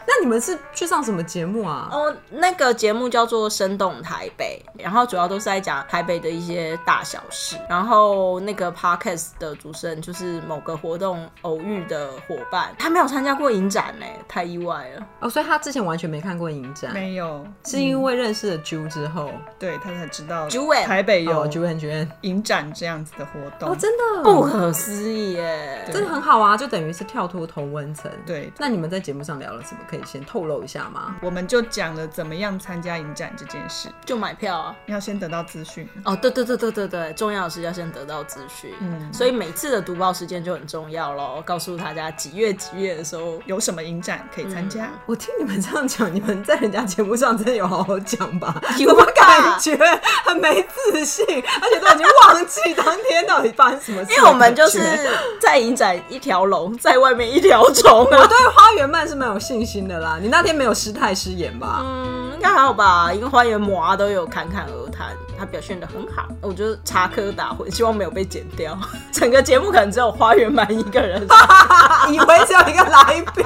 S3: 那你们是去上什么节目啊？
S4: 哦，那个节目叫做《生动台北》，然后主要都是在讲台北的一些大小事。然后那个 podcast 的主持人就是某个活动偶遇的伙伴，他没有参加过影展呢，太意外了。
S3: 哦，所以他之前完全没看过影展，
S6: 没有，
S3: 是因为认识了 Ju 之后，
S6: 对他才知道
S4: 主委
S6: 台北有
S3: 有 Ju 和 j u
S6: 影展这样哦子的活
S3: 哦，
S6: 动。
S3: 真的
S4: 不可思议耶！
S3: 真的很好啊，就等于是跳脱同温层。
S6: 对
S3: 那你们在节目上聊了什么？可以先透露一下吗？
S6: 我们就讲了怎么样参加影展这件事，
S4: 就买票啊！
S6: 要先得到资讯。
S4: 哦，对对对对对对，重要的是要先得到资讯，嗯，所以每次的读报时间就很重要咯，告诉大家几月几月 <laughs> 的时候
S6: 有什么影展可以参加？
S3: 我听你们这样讲，你们在人家节目上真的有好好讲吧？
S4: 有吧
S3: 我感觉很没自信，而且都已经忘记当天到底发生什么事。
S4: 因为我们就是在影展一条龙，在外面一条虫啊。 <laughs>
S3: 对花园漫是蛮有信心的啦。你那天没有失态失言吧？
S4: 嗯，应该还好吧，因为花园魔啊都有侃侃而谈，他表现的很好，我就是插科打诨，希望没有被剪掉。 <laughs> 整个节目可能只有花园满一个 <laughs> 人，
S3: 啊以为只有一个来
S4: <laughs>
S3: 宾。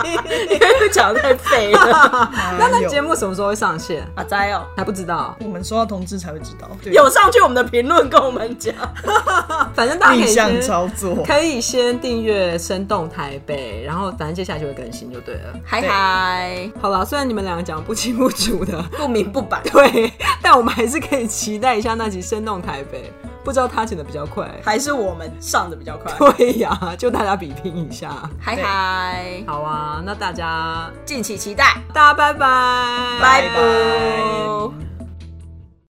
S4: 因为讲得太废 <laughs> 了。
S3: 嗯那
S6: 那
S3: 那节目什么时候会上线？
S4: 阿斋哦，
S3: 还不知道，
S6: 我们说到同志才会知道，对
S4: 有上去我们的评论跟我们讲，啊
S3: 反正大家可
S6: 逆
S3: 以
S6: 向
S3: 先
S6: 操作。
S3: 可以先订阅《生动台北》，然后反正接下来就会更新就对了。
S4: 嗨嗨，
S3: 好了，虽然你们两个讲不清不楚的，
S4: 不明不白，
S3: <laughs> 对，但我们还是可以期待一下那集《生动台北》，不知道他剪的比较快。 <laughs>
S4: 还是我们上的比较快。
S3: 对呀，就大家比拼一下。
S4: 嗨嗨，
S3: 好啊，那大家
S4: 敬请期待，
S3: 大家拜拜，
S4: 拜拜。